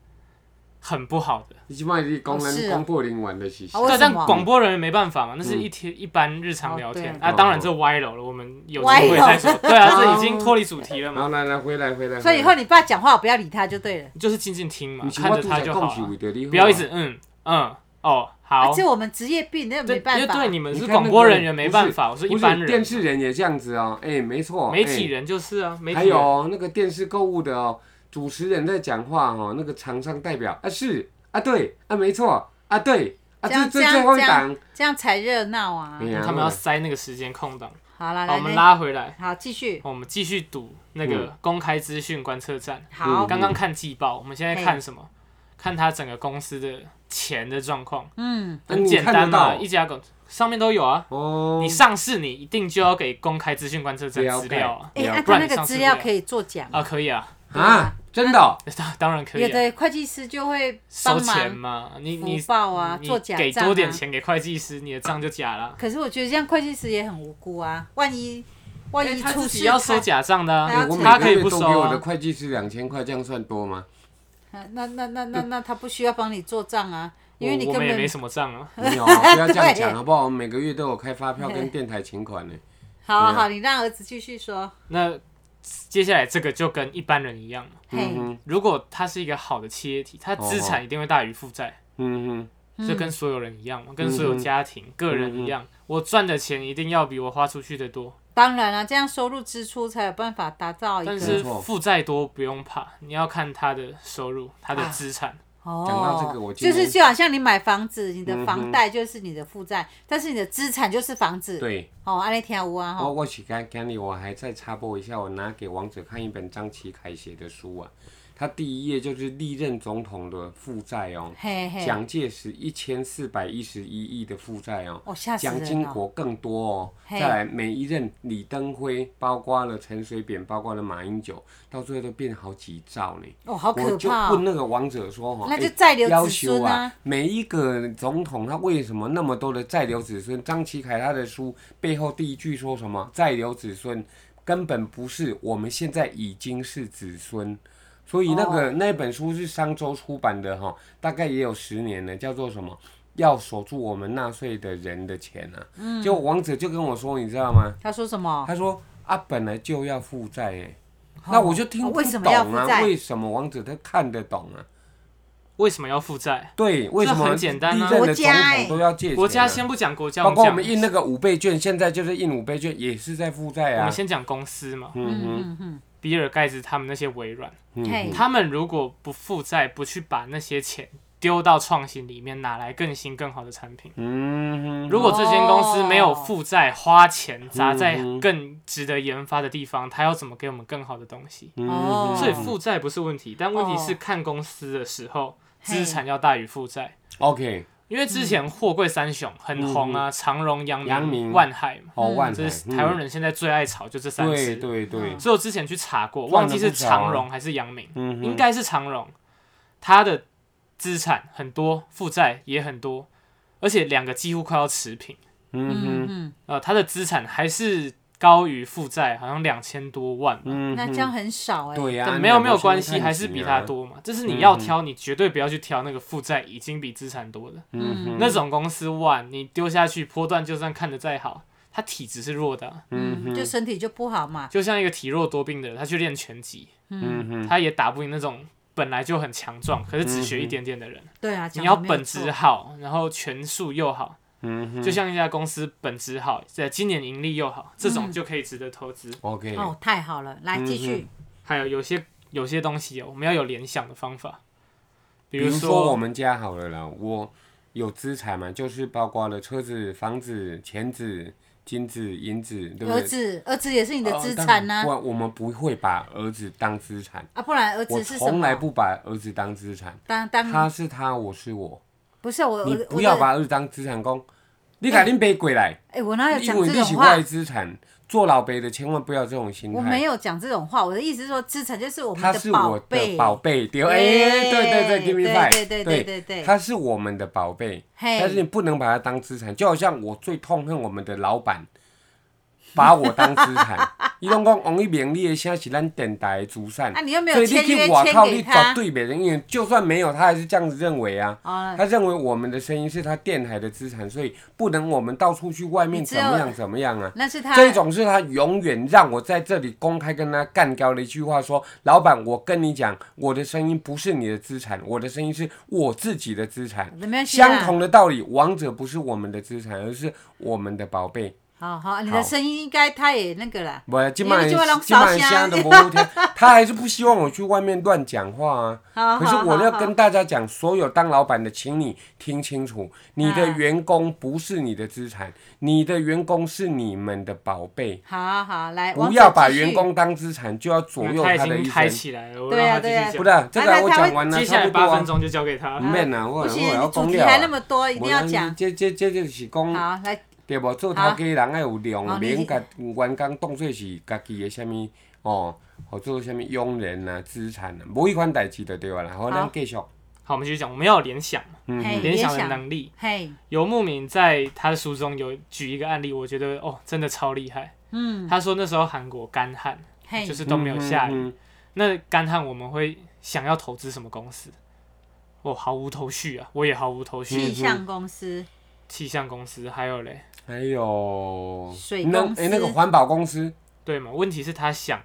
S3: 很不好的。
S1: 你即摆你讲
S2: 哦是
S1: 咱
S2: 啊
S1: 广播人员的是
S2: 啊为
S3: 对，
S2: 什
S3: 但
S2: 么
S3: 广播人员没办法嘛，那
S1: 嗯
S3: 是一天一般日常聊天
S2: 哦
S1: 对
S3: 啊。当然这歪楼了，我们有机
S2: 歪
S3: 会
S2: 楼哦 [LAUGHS]
S3: 再说。对啊，
S1: 哦
S3: 这已经脱离主题了嘛，
S1: 好，来来回来回来。
S2: 所以以后你爸讲话，我不要理他就对了。
S3: 就是静静听嘛
S1: 你，
S3: 看着他就好
S1: 是
S3: 了，
S1: 为着你好啊
S3: 不要一直嗯嗯哦好
S2: 啊。这我们职业病，那
S3: 对，
S2: 没
S3: 因
S2: 办
S3: 为
S2: 法
S3: 对。你们
S1: 你
S3: 是
S1: 看那
S3: 广播
S1: 个
S3: 人员没
S1: 不
S3: 办
S1: 是
S3: 法，我是一
S1: 不
S3: 般
S1: 是电
S3: 人，
S1: 视人也这样子哦，哎，没错，
S3: 媒
S1: 哎
S3: 体人就是啊，媒
S1: 还
S3: 体
S1: 有
S3: 人
S1: 哦那个电视购物的哦，主持人在讲话哦，那个厂商代表啊是啊对啊没错啊对啊
S2: 这
S1: 这
S2: 样
S1: 这
S2: 这样
S1: 最后一
S2: 这样
S1: 档，
S2: 这样才热闹啊
S1: 哎！呀
S3: 他们要塞那个时间空档。
S2: 好了，
S3: 嗯好，
S2: 来
S3: 我们
S2: 来
S3: 拉回来。
S2: 好继续。
S3: 我们继续读那
S1: 嗯
S3: 个公开资讯观测站。
S2: 好，
S3: 嗯刚刚看季报，我们现在看什么？看他整个公司的钱的状况，
S2: 嗯，
S1: 啊
S3: 很
S1: 你
S3: 简
S1: 看得
S3: 单嘛，
S1: 到
S3: 一家公上面都有啊。
S1: 哦
S3: 你上市，你一定就要给公开资讯观测站
S1: 了
S3: 资
S1: 解
S3: 料啊。
S2: 哎，
S1: 了
S2: 啊
S3: 不
S2: 他
S3: 然
S2: 那
S3: 你
S2: 个
S3: 上次
S2: 资
S3: 不
S2: 料
S3: 了
S2: 可以作假吗，
S3: 啊，可以啊， [LAUGHS]
S1: 啊真的哦
S3: 当当然可
S2: 有
S3: 以啊。
S2: 的会计师就会
S3: 收
S2: 帮
S3: 钱
S2: 忙
S3: 嘛，你你嗯
S2: 福报啊，
S3: 你
S2: 做假
S3: 给
S2: 账
S3: 多点
S2: 啊
S3: 钱给会计师，你的账就假了。
S2: 可是我觉得这样会计师也很无辜啊，万一万
S3: 因为
S2: 一
S3: 哎他
S2: 出
S3: 自
S2: 事
S3: 己要收假账的
S2: 还要
S3: 啊
S1: 哎，我每
S3: 他
S1: 个
S3: 可以
S1: 月
S3: 不
S1: 都
S3: 收
S1: 给我的
S3: 啊。
S1: 会计师两千块，这样算多
S2: [LAUGHS]
S1: 吗？
S2: 他，啊那那那那那他不需要帮你做账啊，因为你
S3: 我
S2: 根
S3: 我们也没
S2: 本
S3: 什么账啊。
S1: 没有，
S2: [LAUGHS]
S1: 不要这样
S2: 对
S1: 讲好不好？我们每个月都有开发票跟电台请款呢。
S2: 好啊
S1: 没有
S2: 好，你让儿子继续说，
S3: 那接下来这个就跟一般人一样嘛。
S2: 嘿，
S1: 嗯
S3: 如果它是一个好的企业体，它资
S1: 哦
S3: 产一定会大于负债，
S1: 哼，嗯
S3: 这跟所有人一样嘛，跟所有家庭、个人一样。我赚的钱一定要比我花出去的多，
S2: 当然啊了、这样收入支出才有办法达到一
S3: 但
S2: 个
S3: 是
S1: 没错啊
S3: 负债多不用怕，你要看他的收入、他的资产。
S2: 哦。
S1: 讲到这个我今
S2: 就
S1: 天
S2: 是就好像你买房子，你
S1: 嗯
S2: 的
S1: 哼
S2: 房贷就是你的负债，但是你的资产就是房
S1: 哼，
S2: 子。
S1: 对，
S2: 哦，安尼听有啊
S1: 我
S2: 吼。
S1: 我是刚刚你我还再插播一下，我拿给王者看一本张启凯写的书啊，他第一页就是历任总统的负债哦。
S2: 嘿嘿，
S1: 蒋介石一千四百一十一亿的负债哦，
S2: 哦吓死
S1: 蒋经
S2: 人了。
S1: 国更多哦。
S2: 嘿
S1: 再来每一任李登辉，包括了陈水扁，包括了马英九，到最后都变好几兆呢。
S2: 哦，好
S1: 我
S2: 可
S1: 就
S2: 怕、
S1: 问
S2: 哦。
S1: 那个王者说哈，
S2: 那就
S1: 哎
S2: 再留
S1: 要
S2: 子
S1: 求
S2: 孙
S1: 啊
S2: 啊！
S1: 每一个总统他为什么那么多的在留子孙？张启凯他的书背后第一句说什么？在留子孙根本不是，我们现在已经是子孙。所以那
S2: 哦
S1: 个、那本书是商周出版的哈，大概也有十年了，叫做什么？要守住我们纳税的人的钱啊！嗯，就王者就跟我说，你知道吗？
S2: 他说什么？
S1: 他说啊，本来就要负债哎、那我就听
S2: 哦
S1: 不
S2: 为什
S1: 懂
S2: 么要负
S1: 啊，
S2: 债
S1: 为什么王者他看得懂啊？
S3: 为什么要负债？
S1: 对，为什么
S3: 很简单啊
S1: 历任的
S2: 国
S1: 总
S2: 家
S1: 统
S2: 欸
S1: 都要借钱？
S3: 国家，先不讲国家，
S1: 包括我们
S3: 讲
S1: 印那个五倍券，现在就是印五倍券，也是在负债
S3: 我
S1: 啊
S3: 们。先讲公司嘛，
S1: 嗯
S2: 嗯嗯
S3: 比尔盖茨他们那些微软，
S1: 哼，嗯
S2: 嘿
S1: 哼，
S3: 他们如果不负债，不去把那些钱丢到创新里面，哪来更新更好的产品？
S1: 嗯哼，
S3: 如果这间公司没有负债，花钱砸在
S1: 嗯
S3: 更值得研发的地方，它要怎么给我们更好的东西？
S1: 嗯
S2: 哦
S1: 哼
S3: 所以负债不是问题，但问题是看公司的时候，
S2: 嘿
S3: 资产要大于负债。
S1: OK，
S3: 因为之前货柜三雄很红啊，长荣、阳
S1: 嗯阳
S3: 明、
S1: 明
S3: 万海嘛，
S1: 好，万
S3: 这
S1: 台
S3: 是台湾
S1: 嗯
S3: 人现在最爱炒，就这三
S1: 对
S3: 只。
S1: 对对
S2: 嗯，
S3: 所以我之前去查过，
S1: 赚了
S3: 忘记是
S1: 不少啊
S3: 长荣还是阳明，
S1: 嗯哼，
S3: 应该是长荣，它的资产很多，负债也很多，而且两个几乎快要持平。
S1: 嗯
S2: 嗯
S1: 哼，
S2: 嗯，
S3: 呃，它的资产还是高于负债，好像两千多万。
S1: 嗯哼，
S2: 那这样很少哎。
S1: 对呀、
S3: 但
S1: 啊你
S3: 没有
S1: 两
S3: 没有
S1: 个
S3: 关
S1: 兄
S3: 系，
S1: 弟
S3: 还是
S1: 情
S3: 比
S1: 啊
S3: 它。多嘛。这是你要挑，你绝对不要去挑那个负债已经比资产多的
S1: 嗯哼，
S3: 那种公司。哇，你丢下去波段，就算看得再好，它体质是弱的啊、
S1: 嗯
S2: 嗯，
S1: 哼，
S2: 就身体就不好嘛。
S3: 就像一个体弱多病的人，他去练拳击，
S1: 嗯哼，嗯
S3: 他也打不赢那种本来就很强壮，可是只学一点点的人。
S2: 对啊，
S3: 你
S2: 讲得
S3: 要
S2: 没有
S3: 本质
S2: 错
S3: 好，然后拳术又好，
S1: 嗯哼，
S3: 就像一家公司本质好，在今年盈利又好，这
S2: 嗯
S3: 种就可以值得投资。
S1: OK，
S2: 哦，太好了，来继续。
S3: 还有有些有些东西哦，我们要有联想的方法，比
S1: 比
S3: 如
S1: 如说我们家好了啦，我有资产嘛，就是包括了车子、房子、钱子、金子、银子，对不
S2: 儿
S1: 对？
S2: 子，儿子也是你的
S1: 呃
S2: 资
S1: 当
S2: 产啊
S1: 然
S2: 呐
S1: 不。然我们不会把儿子当资产，
S2: 啊，不然儿
S1: 我
S2: 子是什
S1: 从来
S2: 么？
S1: 不把儿子当资产，
S2: 当当
S1: 他是他，我是我，
S2: 不是嗯呃我，我
S1: 你
S2: 的
S1: 不要。
S2: 我的
S1: 把儿子当资产公，你赶紧别过来，
S2: 哎，我哪有
S1: 因
S2: 讲
S1: 为
S2: 这
S1: 你
S2: 种
S1: 是
S2: 话
S1: 外？资产，做老辈的千万不要这种心态。
S2: 我没有讲这种话，我的意思是说，资产就是我
S1: 它
S2: 们
S1: 是
S2: 宝
S1: 我
S2: 贝
S1: 的。宝贝，对，哎、对
S2: 耶
S1: 对对，give me
S2: 对
S1: five，
S2: 对对对对对
S1: 它是我们的宝贝，
S2: 嘿
S1: 但是你不能把它当资产，就好像我最痛恨我们的老板把我当资
S2: [LAUGHS]
S1: 产，伊拢讲王一鸣，你的声是咱电台的主产，
S2: 啊，你又没
S1: 所
S2: 有
S1: 以你
S2: 签约
S1: 去外
S2: 签
S1: 靠，你
S2: 给
S1: 绝
S2: 他。
S1: 对别人，因为就算没有，他还是这样子认为啊。
S2: 哦，
S1: 他认为我们的声音是他电台的资产，所以不能我们到处去外面
S2: 你只
S1: 怎
S2: 有
S1: 么样怎么样啊。
S2: 那嗯是他
S1: 这一种是他永远让我在这里公开跟他干掉的一句话说，老板，我跟你讲，我的声音不是你的资产，我的声音是我自己的资产。
S2: 没关系啦
S1: 相同的道理，王者不是我们的资产，而是我们的宝贝。
S2: 好好，你的声音应该他也那个了。
S1: 不，今
S2: 因
S1: 晚
S2: 为这会让
S1: 今晚
S2: 烧
S1: 香
S2: 香
S1: 的魔天， [LAUGHS] 他还是不希望我去外面乱讲话啊。
S2: [LAUGHS] 好好
S1: 可是我要
S2: 好
S1: 跟大家讲，所有当老板的，请你听清楚，你的
S2: 嗯
S1: 员工不是你的资产，你的员工是你们的宝贝。
S2: 好好来，哎王
S1: 不
S2: 者
S1: 要把
S2: 继续
S1: 员工当资产，就要左右
S3: 他已
S1: 的一
S3: 经开
S1: 生。
S3: 起来了，我
S2: 对啊
S3: 让他继
S2: 对啊
S3: 续
S1: 不
S3: 讲。
S1: 是啊这个
S2: 来来
S1: 我
S2: 他会
S1: 讲完了，
S3: 接下来
S1: 差不多
S3: 八
S1: 啊
S3: 分。钟就交给他
S1: 唔。免啦，我
S2: 不行，
S1: 我要
S2: 你主
S1: 讲
S2: 题
S1: 了
S2: 还那
S1: 啊。
S2: 么多，一定要讲。
S1: 这这这就是讲，
S2: 好，来，
S1: 对无做头家人要有
S2: 好哦
S1: 量，
S2: 你
S1: 免甲员工当做是家己的什物哦，或做什物佣人啊、资产啊，无迄款代志就对啊啦。好，咱
S2: 好
S1: 继续。
S3: 好，我们继续讲，我们要有联想，
S1: 嗯
S2: 嘿，
S3: 联
S2: 别
S3: 想的
S2: 想，
S3: 能力。
S2: 嘿，
S3: 游牧民在他的书中有举一个案例，我觉得哦，真的超厉害。
S2: 嗯，
S3: 他说那时候韩国干旱，
S2: 嘿
S3: 就，是都没有下雨。
S1: 嗯
S3: 那干旱我们会想要投资什么公司？我毫无头绪啊，我也毫无头
S2: 气
S3: 绪。
S1: 嗯
S2: 象公司，
S3: 气象公司还有嘞，
S1: 还有
S2: 水
S1: 哎那哎
S2: 公司
S1: 诶那个环保公司，
S3: 对嘛？问题是他想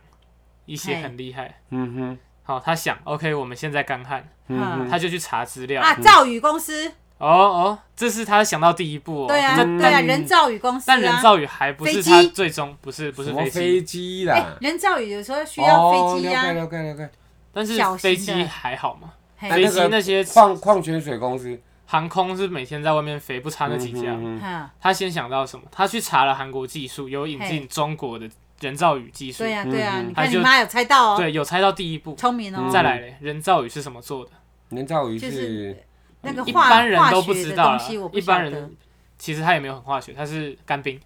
S3: 一些
S2: 嘿
S3: 很厉害。
S1: 嗯哼，
S3: 好，他想，OK，我们现在干旱，
S1: 嗯
S2: 嗯
S1: 哼，
S3: 他就去查资料。
S2: 啊，造雨公司，
S3: 哦哦，这是他想到第一步哦。
S2: 对啊，
S3: 这
S2: 对
S3: 但
S2: 啊，人造雨公司
S3: 但人
S2: 啊。
S3: 造雨还不是
S2: 飞机
S3: 他最终，不是不
S1: 什
S3: 是
S1: 么
S3: 飞
S1: 飞
S3: 机，
S1: 机
S2: 哎
S1: 啦，？
S2: 人造雨有时候需要飞机
S1: 啊
S2: 啊
S1: 哦
S2: 呀，
S1: 了解了解了解。
S3: 但是
S2: 小型
S3: 飞
S2: 的
S3: 机还好嘛？
S1: 哎
S2: 嘿，
S3: 飞机
S1: 那个
S3: 那些
S1: 矿矿泉水公司，
S3: 航空是每天在外面飞，不差那几家。
S1: 嗯哼
S2: 哈，
S3: 他先想到什么？他去查了韩国技术，有引进中国的人造雨技术
S2: 对，啊呀，对呀，
S1: 嗯
S2: 你
S3: 他
S2: 看你
S3: 就
S2: 妈有猜到哦，
S3: 对，有猜到第一步。
S2: 聪明哦
S1: 嗯，
S3: 再来嘞，人造雨是什么做的？
S1: 人造雨
S2: 就是那个
S3: 一
S2: 化
S3: 般人
S2: 化
S3: 都不
S2: 学
S3: 知
S2: 的
S3: 道
S2: 东
S3: 啦
S2: 西我，不
S3: 一
S2: 晓
S3: 般
S2: 得
S3: 人其实他也没有很化学，他是干冰，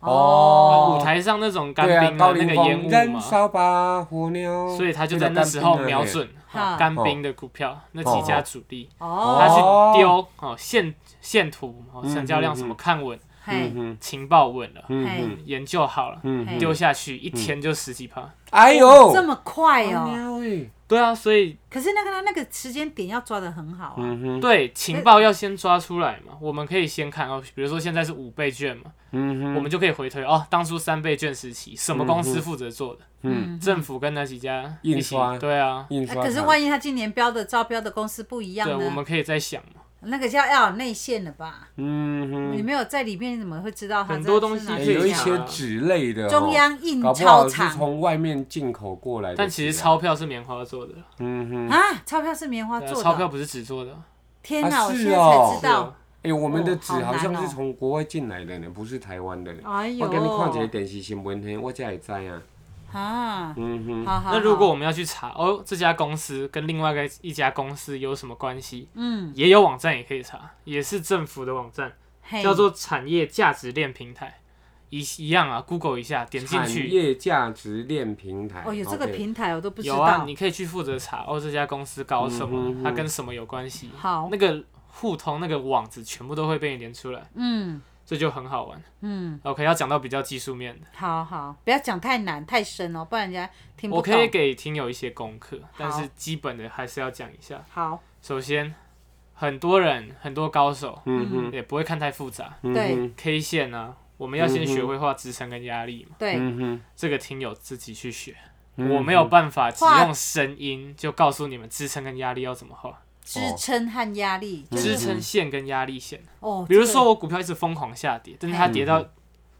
S1: 哦
S3: 舞台上那种干
S1: 对啊，
S3: 冰
S1: 高
S3: 的那
S1: 凌
S3: 个
S1: 风
S3: 烟雾
S1: 燃
S3: 嘛，
S1: 烧吧火鸟，
S3: 所以他就在那时候
S1: 啊
S3: 瞄准
S2: 哈
S3: 哦干冰的股票那几家主力，
S2: 哦，
S3: 他去
S1: 哦
S3: 丢哦线线图哦成交量什么
S1: 嗯嗯
S3: 看稳，
S2: 嘿，
S1: 嗯
S3: 情报稳了，
S1: 嗯
S2: 嘿
S1: 嗯
S3: 研究好了，
S1: 嗯
S2: 嘿
S1: 嗯，
S3: 丢下去一天就十几趴。
S1: 哎
S2: 哦
S1: 呦，
S2: 这么快
S1: 哎
S2: 哦！
S1: 呦喂，
S3: 对啊，所以
S2: 可是那个他那个时间点要抓的很好啊，
S1: 嗯哼，
S3: 对情报要先抓出来嘛，我们可以先看哦，比如说现在是五倍券嘛，
S1: 嗯哼，
S3: 我们就可以回推哦，当初三倍券时期什么公司负责做的？
S1: 嗯，
S3: 政府跟哪几家一
S1: 印
S3: 起
S1: 刷？
S3: 对啊，
S1: 印
S2: 啊
S1: 刷厂，
S2: 可是万一他今年标的招标的公司不一样
S3: 对，我
S2: 呢？
S3: 们可以再想嘛。
S2: 那个叫要有内线的吧？
S1: 嗯哼，
S2: 你没有在里面，你怎么会知道它
S3: 很多
S2: 这是
S3: 东西
S2: 哪
S1: 哎
S3: 可以
S2: 里
S1: 有一
S2: 啊
S1: 些纸类的哦，
S2: 中央印
S1: 搞不
S2: 钞
S1: 好是
S2: 厂
S1: 从外面进口过来的纸啊，
S3: 但其实钞票是棉花做的，
S1: 嗯哼，
S2: 啊，钞票是棉花
S3: 对啊
S2: 做的，
S3: 钞票不啊是纸做的。
S2: 天哪，
S1: 啊
S2: 我
S1: 是
S2: 现在才
S1: 哦
S2: 知道，
S1: 哎、我们的
S2: 哦
S1: 纸
S2: 好
S1: 好像
S2: 难哦
S1: 是从国外进来的呢，不是台湾
S3: 哦
S1: 的呢。
S2: 哎
S1: 我给你看一个
S2: 呦，
S1: 电视新闻嘿，我才会知啊。
S2: 啊，
S1: 嗯哼，
S2: 好好，
S3: 那如果
S2: 好
S3: 我们要去查哦，这家公司跟另外一个一家公司有什么关系？
S2: 嗯，
S3: 也有网站也可以查，也是政府的网站，
S2: 嘿
S3: 叫做产业价值链平台，一一样啊，Google 一下，点进
S1: 产
S3: 去
S1: 业价值链平台。
S2: 哦，有这个
S1: OK
S2: 平台我都不知
S3: 有啊，
S2: 道，
S3: 你可以去负责查哦，这家公司搞什
S1: 嗯哼
S3: 么，
S1: 哼
S3: 它跟什么有关系，
S2: 好，
S3: 那个互通那个网子全部都会被你连出来，
S2: 嗯
S3: 这就很好玩。
S2: 嗯，
S3: OK，要讲到比较技术面的，
S2: 好好，不要讲太难太深哦，不然人家听不
S3: 我
S2: 懂。
S3: 可以给听友一些功课，但是基本的还是要讲一下。
S2: 好，
S3: 首先，很多人很多高手
S1: 嗯哼，
S3: 也不会看太复杂
S1: 嗯哼
S2: 对，
S3: K 线啊，我们要先
S1: 嗯哼
S3: 学会画支撑跟压力嘛，
S2: 对，
S1: 嗯哼，
S3: 这个听友自己去学。
S1: 嗯
S3: 我没有办法只
S2: 画
S3: 用声音就告诉你们支撑跟压力要怎么画，
S2: 支撑和压力，
S1: 嗯
S2: 就
S3: 支
S2: 是
S3: 撑线跟压力线。
S2: 哦，
S3: 嗯比如
S2: 这个
S3: 说我股票一直疯狂下跌，但是它跌到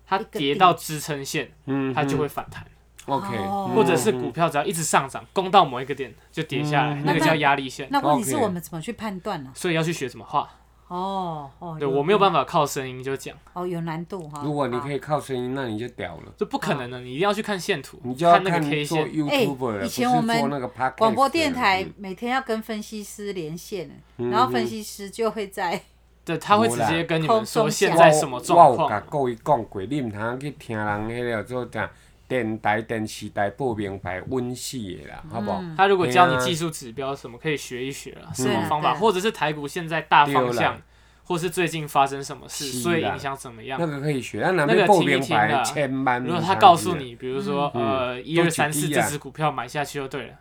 S3: 它
S2: 一个
S3: 跌
S2: 底
S3: 到支撑线，
S1: 嗯哼，
S3: 它就会反弹，
S1: OK，
S2: 哦
S1: 嗯
S3: 或者是股票只要一直上涨，攻到某一个点就跌下来，
S1: 嗯
S3: 那个
S2: 那
S3: 叫
S2: 那
S3: 压力线。
S2: 那问题是
S1: OK
S2: 我们怎么去判断呢？
S3: 所以要去学怎么画，
S2: 哦哦，
S1: 嗯
S3: 对我没有办
S2: 法，
S3: 法靠声音就讲，
S2: 哦，有难度哈。
S1: 如果你可
S2: 以，
S1: 以靠声音，那你就屌了，
S3: 这不
S2: 嗯
S3: 可能的，你一定要去看线图
S1: 你，就要
S3: 看那
S1: 看
S3: 个 K
S1: 做
S3: 线。
S1: YouTuber，了
S2: 以前
S1: 不是
S2: 我们
S1: 做那个 podcast
S2: 广播电台
S1: 的嗯
S2: 每天要跟分析师连线，
S3: 嗯
S2: 然后分析师就会在
S3: 对，他会直
S1: 没
S3: 接
S1: 啦
S3: 跟你
S2: 空
S3: 们
S2: 中
S3: 说现
S2: 讲
S3: 在什么状
S1: 我我有甲
S3: 况。
S1: 各位讲过，你毋通去听人迄个做啥电台、电视台报名牌温死的啦，好不好？
S3: 他如果教你
S1: 对啊
S3: 技术指标什么，可以学一学啊，什
S2: 对
S3: 么
S2: 啊
S3: 方法，
S2: 对啊
S3: 或者是台股现在大方
S1: 对
S3: 向
S1: 啦，
S3: 或是最近发生什么事，
S1: 是
S3: 所以
S1: 啦
S3: 影响怎么样
S1: 那。个可以学，但那
S3: 那
S1: 边
S3: 个
S1: 报
S3: 听一
S1: 名
S3: 听
S1: 牌
S3: 啦
S1: 千万。
S3: 如果他告诉，你，比如说、
S1: 嗯
S3: 呃一
S1: 都
S3: 二
S1: 举
S3: 三四
S1: 例
S3: 这
S1: 啊
S3: 只股票买下去就对了，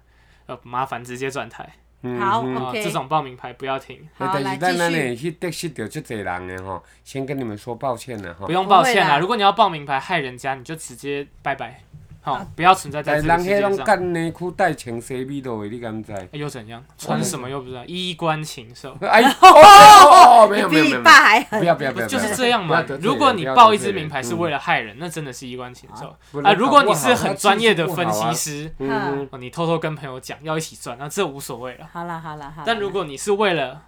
S3: 呃麻烦直接转台
S1: 嗯
S2: 好
S1: 哼
S2: OK
S3: 啊，这种报名牌不要停，
S1: 哎
S2: 好
S1: 但
S2: 来
S1: 是
S2: 继
S1: 咱咱
S2: 续
S1: 呢去得失到这侪人呢吼，先跟你们说抱歉了吼
S3: 不。用抱歉
S2: 不会
S3: 啦。
S2: 啦
S3: 如果你要报名牌害人家，你就直接拜拜，好、
S2: 啊
S3: 不要存在
S1: 但
S3: 在这
S1: 人
S3: 个世
S1: 迄
S3: 界
S1: 拢
S3: 上。哎
S1: 干内裤带穿西米露的，你敢知？
S3: 又怎样？穿什么又不知道，衣冠禽兽。
S1: 哎，哦哦哦，没有没
S2: 比
S1: 有没
S2: 你
S1: 有，
S2: 爸还
S1: 不
S2: 狠。
S1: 要不要不
S3: 不
S1: 要，
S3: 就是这样
S1: 不要
S3: 嘛
S1: 得罪？人
S3: 如果你
S1: 不要
S3: 报
S1: 得
S3: 一
S1: 罪
S3: 支名
S1: 人
S3: 牌是
S1: 嗯
S3: 为了害人，那真的是衣冠禽兽
S1: 不
S3: 啊！
S1: 然
S3: 如
S1: 搞
S3: 果
S1: 不
S3: 你
S1: 好
S3: 是
S1: 他
S3: 很
S1: 技
S3: 专
S1: 术
S3: 业的
S1: 不
S3: 分
S1: 好啊
S3: 析师，
S1: 嗯哼
S3: 哦你偷偷跟朋友讲要一起赚，那这无所谓了。
S2: 好了好了好啦。
S3: 但如果你是为了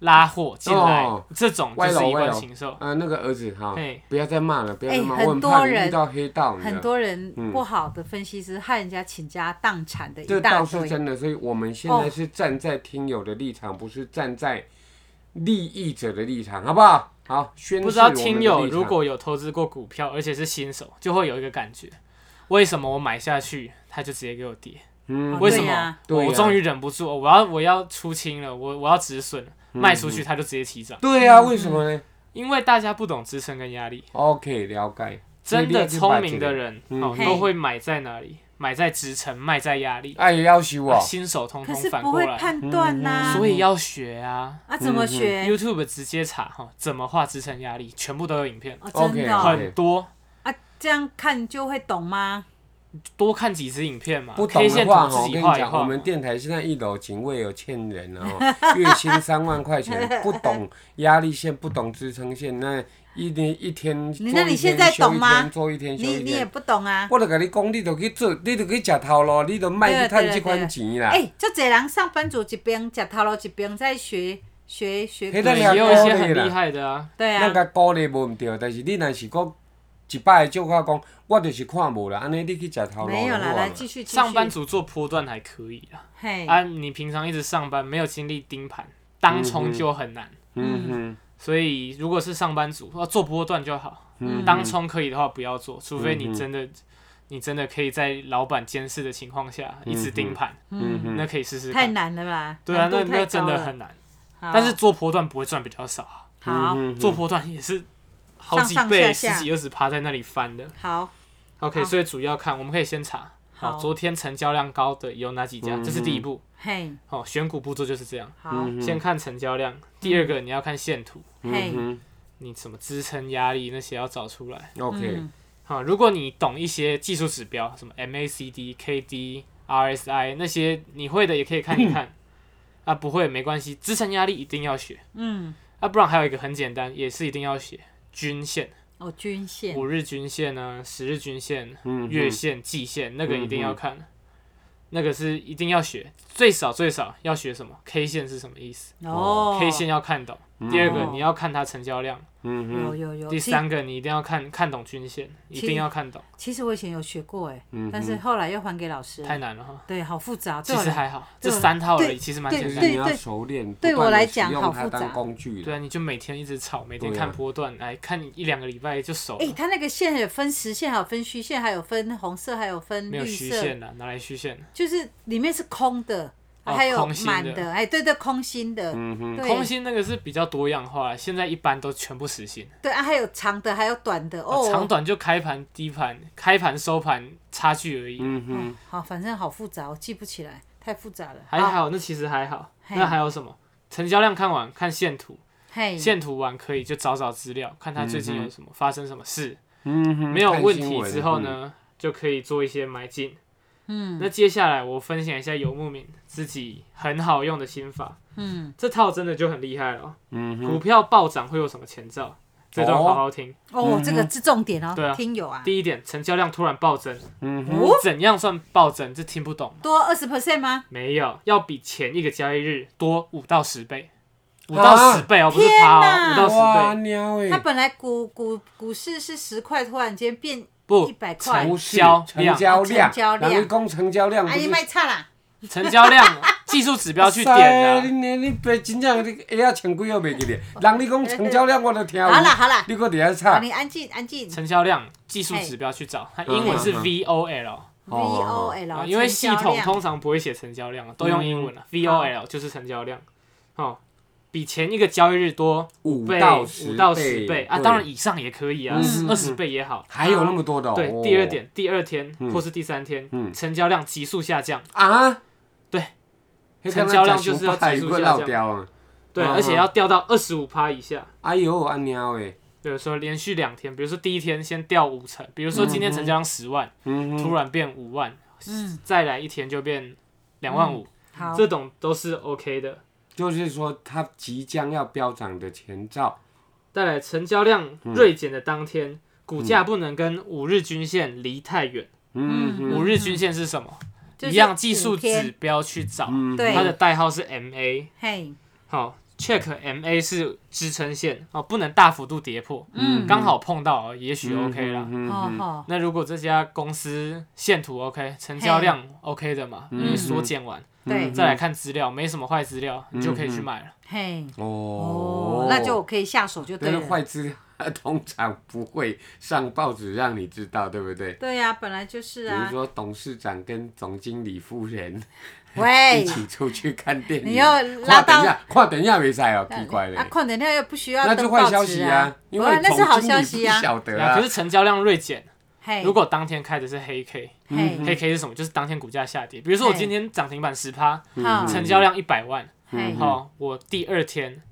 S3: 拉货进来，
S1: 哦
S3: 这种就
S1: 歪
S3: 是
S1: 楼
S3: 一
S1: 歪
S3: 般
S1: 楼
S3: 禽兽。
S1: 啊，那个儿子哈
S3: 嘿，
S1: 不要再骂了，不要
S2: 哎
S1: 再骂，
S2: 很
S1: 我很
S2: 多
S1: 怕你遇
S2: 人
S1: 到黑道，你知
S2: 很
S1: 道。
S2: 多人
S1: 嗯
S2: 不好的分析师害人家倾家荡产的
S1: 这
S2: 一大
S1: 倒是
S2: 堆，
S1: 真的，所以我们现
S2: 哦
S1: 在是站在听友的立场，不是站在利益者的立场，好不好？好，宣示
S3: 不知道
S1: 我们的
S3: 听友
S1: 立场
S3: 如果有投资过股票，而且是新手，就会有一个感觉：为什么我买下去，它就直接给我跌？
S1: 嗯
S3: 为什
S2: 哦对啊
S3: 么
S2: 呀
S1: 对
S3: 我
S1: 呀
S3: 终于忍不住，哦我要我要出清了，我我要止损了，卖出去它就直接起涨。
S1: 对呀、为什么呢
S3: 因为大家不懂支撑跟压力，
S1: ？OK，了解。
S3: 真的聪明的
S1: 人，
S3: 人哦，
S1: 嗯
S2: 嘿
S3: 都会买在哪里？买在支撑，卖在压力。
S1: 哎，要求我
S3: 啊，新手通
S2: 可
S3: 通
S2: 是
S3: 反
S2: 不
S3: 过
S2: 会
S3: 来，
S2: 判断
S1: 嗯
S2: 呐、
S3: 所以要学啊。
S2: 啊，怎么学？
S3: YouTube 直接查哈，怎么画支撑压力，全部都有影片，
S2: 哦，真的、
S1: OK，
S2: 哦、
S1: 好
S3: 很多。
S2: 啊，这样看就会懂吗？
S3: 多看几支影片嘛，
S1: 不
S3: K
S1: 懂的
S3: 线
S1: 话哈，
S3: 图自
S1: 我
S3: 己
S1: 跟你
S3: 画一
S1: 讲，
S3: 画
S1: 我们
S3: 嘛。
S1: 电台现在一楼警卫有欠人啊，哦 [LAUGHS] 月薪三万块钱，不懂压力线，不懂支撑线，那一年一天做一
S2: 你
S1: 天
S2: 那你现在
S1: 休一
S2: 懂吗
S1: 天做一天休
S2: 你
S1: 一
S2: 你也
S1: 天。
S2: 不懂啊。
S1: 我就跟你讲，你就去做，你就去食头路，你就卖去
S2: 对
S1: 赚
S2: 了
S1: 这
S2: 对了
S1: 款钱啦。
S2: 哎，这侪人上班族一边食头路一边在学学学
S1: 嘿
S3: 对，
S1: 那
S2: 科
S1: 你
S2: 学，
S3: 也有一些
S1: 高
S3: 很
S1: 的啦
S3: 厉害的啊。
S2: 对
S1: 咱
S2: 啊，
S1: 甲鼓励无毋对，但是你若是讲一摆照我讲，我就是看无啦，安尼你去食头路
S2: 没有啦，
S1: 好啊
S2: 来继续继哎续。
S3: 上班族做波段还可以啊，
S2: 嘿，
S3: 啊，你平常一直上班，没有精力盯盘，当冲就很难。
S1: 嗯
S3: 所以如果是上班族，要做波段就好。
S1: 嗯
S3: 当冲可以的话不要做，除非你真的，你真的可以在老板监视的情况下一直盯盘，
S1: 哼，嗯哼，
S3: 那可以试试
S2: 太
S3: 看。
S2: 难了吧？
S3: 对啊，
S2: 难
S3: 那
S2: 度
S3: 那
S2: 太
S3: 真
S2: 高
S3: 的
S2: 了
S3: 很难。
S2: 好
S3: 但是做波段不会赚比较少啊，
S2: 好
S1: 嗯哼
S3: 做波段也是好几
S2: 上上
S3: 倍、
S2: 下
S3: 十
S2: 下
S3: 几二十趴在那里翻的。
S2: 好，
S3: OK，
S2: 好
S3: 所以主要看我们可以先查，好，
S2: 好
S3: 昨天成交量高的有哪几家？这是第一步。
S2: 嘿，
S3: 好，选股步骤就是这样，
S2: 好，
S3: 先看成交
S2: 嗯
S3: 量。第二个你要看线图，
S2: 嘿，
S1: 嗯
S3: 你什么支撑压力那些要找出来。
S1: 哼，OK，
S2: 嗯
S3: 好，如果你懂一些技术指标，什么 MACD、KD、RSI 那些，你会的也可以看一看。啊，不会没关系，支撑压力一定要学。
S2: 嗯，
S3: 啊，不然还有一个很简单，也是一定要学均线。
S2: 哦，均线，
S3: 五日均线呢、十日均线、
S1: 嗯
S3: 月线、季线，那个一定要看，那个是一定要学，最少最少要学什么？K 线是什么意思、
S2: 哦
S3: k 线要看懂。第二个
S2: 哦
S3: 你要看它成交量，
S1: 嗯哼，
S2: 有有有，
S3: 第
S2: 哦其
S3: 三个你一定要看看懂均线，一定要看懂，
S2: 其实我以前有学过哎
S1: 嗯哼，
S2: 但是后来又还给老师了，
S3: 太难了哈。
S2: 对，好复杂，
S3: 其
S2: 对我
S3: 实
S2: 来
S3: 还好，这
S2: 对我
S3: 三套而已，
S2: 对
S3: 其实蛮
S1: 就
S3: 简
S1: 是
S3: 单
S1: 你
S3: 的。
S1: 要
S2: 对对
S1: 熟练，不
S2: 对
S1: 断
S2: 我
S1: 地
S2: 来
S1: 使
S2: 讲
S1: 用
S2: 好
S1: 它
S2: 复
S1: 当
S2: 杂
S1: 工具
S3: 对
S1: 了，
S3: 啊，你就每天一直炒，每天
S1: 对啊
S3: 看波段，哎，看一两个礼拜就熟
S2: 哎，
S3: 了。
S2: 它那个线有分实线，还有分虚线，还有分红色，还有分
S3: 没有
S2: 绿
S3: 虚
S2: 色，
S3: 线了，拿来虚线。
S2: 就是里面是空的，
S3: 哦
S2: 还有
S3: 空心的
S2: 满的，哎，对对，空心的，
S1: 嗯哼，
S2: 对
S3: 空心那个是比较多样化，现在一般都全部实心。
S2: 对啊，还有长的，还有短的，
S3: 啊
S2: 哦，
S3: 长短就开盘、低盘、开盘、收盘差距而已，
S1: 嗯哼，
S2: 嗯，好，反正好复杂，我记不起来，太复杂了。
S3: 还
S2: 好，
S3: 好，那其实还好。
S2: 哦嘿
S3: 那还有什么？成交量看完，看线图，
S2: 嘿，
S3: 线图完可以就找找资料，看它最近有什么发生什么事，
S1: 嗯哼，
S3: 没有
S1: 看
S3: 问
S1: 新
S3: 题
S1: 闻
S3: 之后？
S1: 嗯
S3: 呢，就可以做一些买进。
S2: 嗯
S3: 那接下来我分享一下游牧民自己很好用的心法，
S2: 嗯，
S3: 这套真的就很厉害了哦。
S1: 嗯哼，
S3: 股票暴涨会有什么前兆？这段
S1: 哦
S3: 好好听。
S2: 哦，这个是重点哦
S3: 嗯对啊，
S2: 听友啊，
S3: 第一点，成交量突然暴增，
S1: 嗯哼，
S2: 哦，
S3: 怎样算暴增？这听不懂。
S2: 多二十 percent 吗？
S3: 没有，要比前一个交易日多五到十倍，五到
S1: 啊
S3: 十倍哦，不是趴哦，五
S2: 天哪
S3: 到
S1: 哇，
S3: 十倍。
S1: 喵
S2: 它
S1: 哎，
S2: 本来股股股市是十块，突然间变一
S3: 不，
S2: 百块
S1: 不，是
S3: 交
S1: 成
S3: 量
S1: 交量，
S2: 成交量
S1: 人家讲成交量不
S2: 阿姨
S1: 是
S2: 啊卖差啦，
S3: 成交量哦 [LAUGHS] 技术指标去
S1: 塞你
S3: 点啊
S1: 你你别真正你会晓千几号袂记得，人你讲成交量我都听有，
S2: 好啦好啦，
S1: 你搁伫遐
S2: 好
S1: 吵
S2: 你安静安静
S3: 的，成交量技术指标去找，它英文是
S1: 嗯嗯嗯
S3: VOL，
S2: ，V O
S3: 啊
S1: 哦
S2: L，
S3: 因为系统
S2: 通
S3: 通常不会写成交量，啊都用英文
S1: 嗯
S3: 了，VOL 就是成交量，哦，比前一个交易日多
S1: 五
S3: 倍
S1: 到
S3: 五到十
S1: 十
S3: 倍啊，
S1: 对
S3: 当然以上也可以啊
S1: 嗯，
S3: 二十倍也好。
S1: 还有那么多的哦。
S3: 对，
S1: 哦
S3: 第二点，第二天或是第三天，
S1: 嗯
S3: 成交量急速下降。
S1: 啊，
S3: 对，
S1: 成
S3: 成
S1: 交
S3: 交
S1: 量
S3: 量
S1: 就
S3: 就是是
S1: 要
S3: 要
S1: 技
S3: 技
S1: 术
S3: 术
S1: 下
S3: 下
S1: 老
S3: 降
S1: 掉啊！
S3: 对，
S1: 嗯
S3: 而且要掉到二十五趴以下。
S1: 哎呦，安娘诶，
S3: 有时候连续两天，比如说第一天先掉五成，比如说今天成交量十万，
S1: 嗯
S3: 突
S1: 哼，
S3: 然变五万，
S2: 嗯
S3: 再来一天就变两万五、
S2: 好，
S3: 这种都是 OK 的。
S1: 就是说它即将要飙涨的前兆，
S3: 再来成交量锐减的当天，股价不能跟五日均线离太远。
S1: 嗯哼，
S3: 五日均线是什么？
S2: 就是
S3: 一样技术
S2: 五天
S3: 指标去找，
S1: 嗯
S2: 对
S3: 它的代号是 MA。
S2: 嘿，
S3: 好，check MA 是支撑线哦，不能大幅度跌破，
S2: 嗯，
S3: 刚好碰到哦，也许
S1: 嗯
S3: OK 啦。
S1: 嗯
S2: 哦
S1: 哼
S2: 吼，
S3: 那如果这家公司线图 OK，成交量 OK 的嘛，
S1: 嗯
S3: 你缩减完，
S2: 对，
S3: 再来看资料，没什么坏资料，你就可以去买了。
S2: 嘿，
S1: 哦
S2: 哦，，那就可以下手就对
S1: 但是
S2: 了。
S1: 坏资料通常不会上报纸让你知道，对不对？
S2: 对呀，本来就是
S1: 比如
S2: 啊，
S1: 说董事长跟总经理夫人一
S2: 喂，
S1: 起出去看电影，
S2: 哎你要
S1: 跨
S2: 拉
S1: 等一
S2: 到。
S1: 下，跨等一下没赛哦，奇怪嘞
S2: 啊，，矿能量又不需要
S1: 那
S2: 登
S1: 就
S2: 报
S1: 坏
S2: 纸
S1: 消息
S2: 啊，
S1: 因
S2: 不
S1: 为
S2: 然那是好
S1: 总经
S2: 消
S1: 理
S2: 息
S1: 不
S2: 啊。
S1: 晓得
S3: 啊
S1: 啊
S3: 可，是成交量锐减，
S2: 嘿，
S3: 如果当天开的是黑 K，
S2: 嘿，
S3: 黑 K 是什么？就是当天股价下跌。比如说我
S2: 嘿
S3: 今天涨停板十趴，
S1: 嗯
S2: 好，
S3: 成交量一百万，
S2: 嗯嘿，
S3: 好，我第二天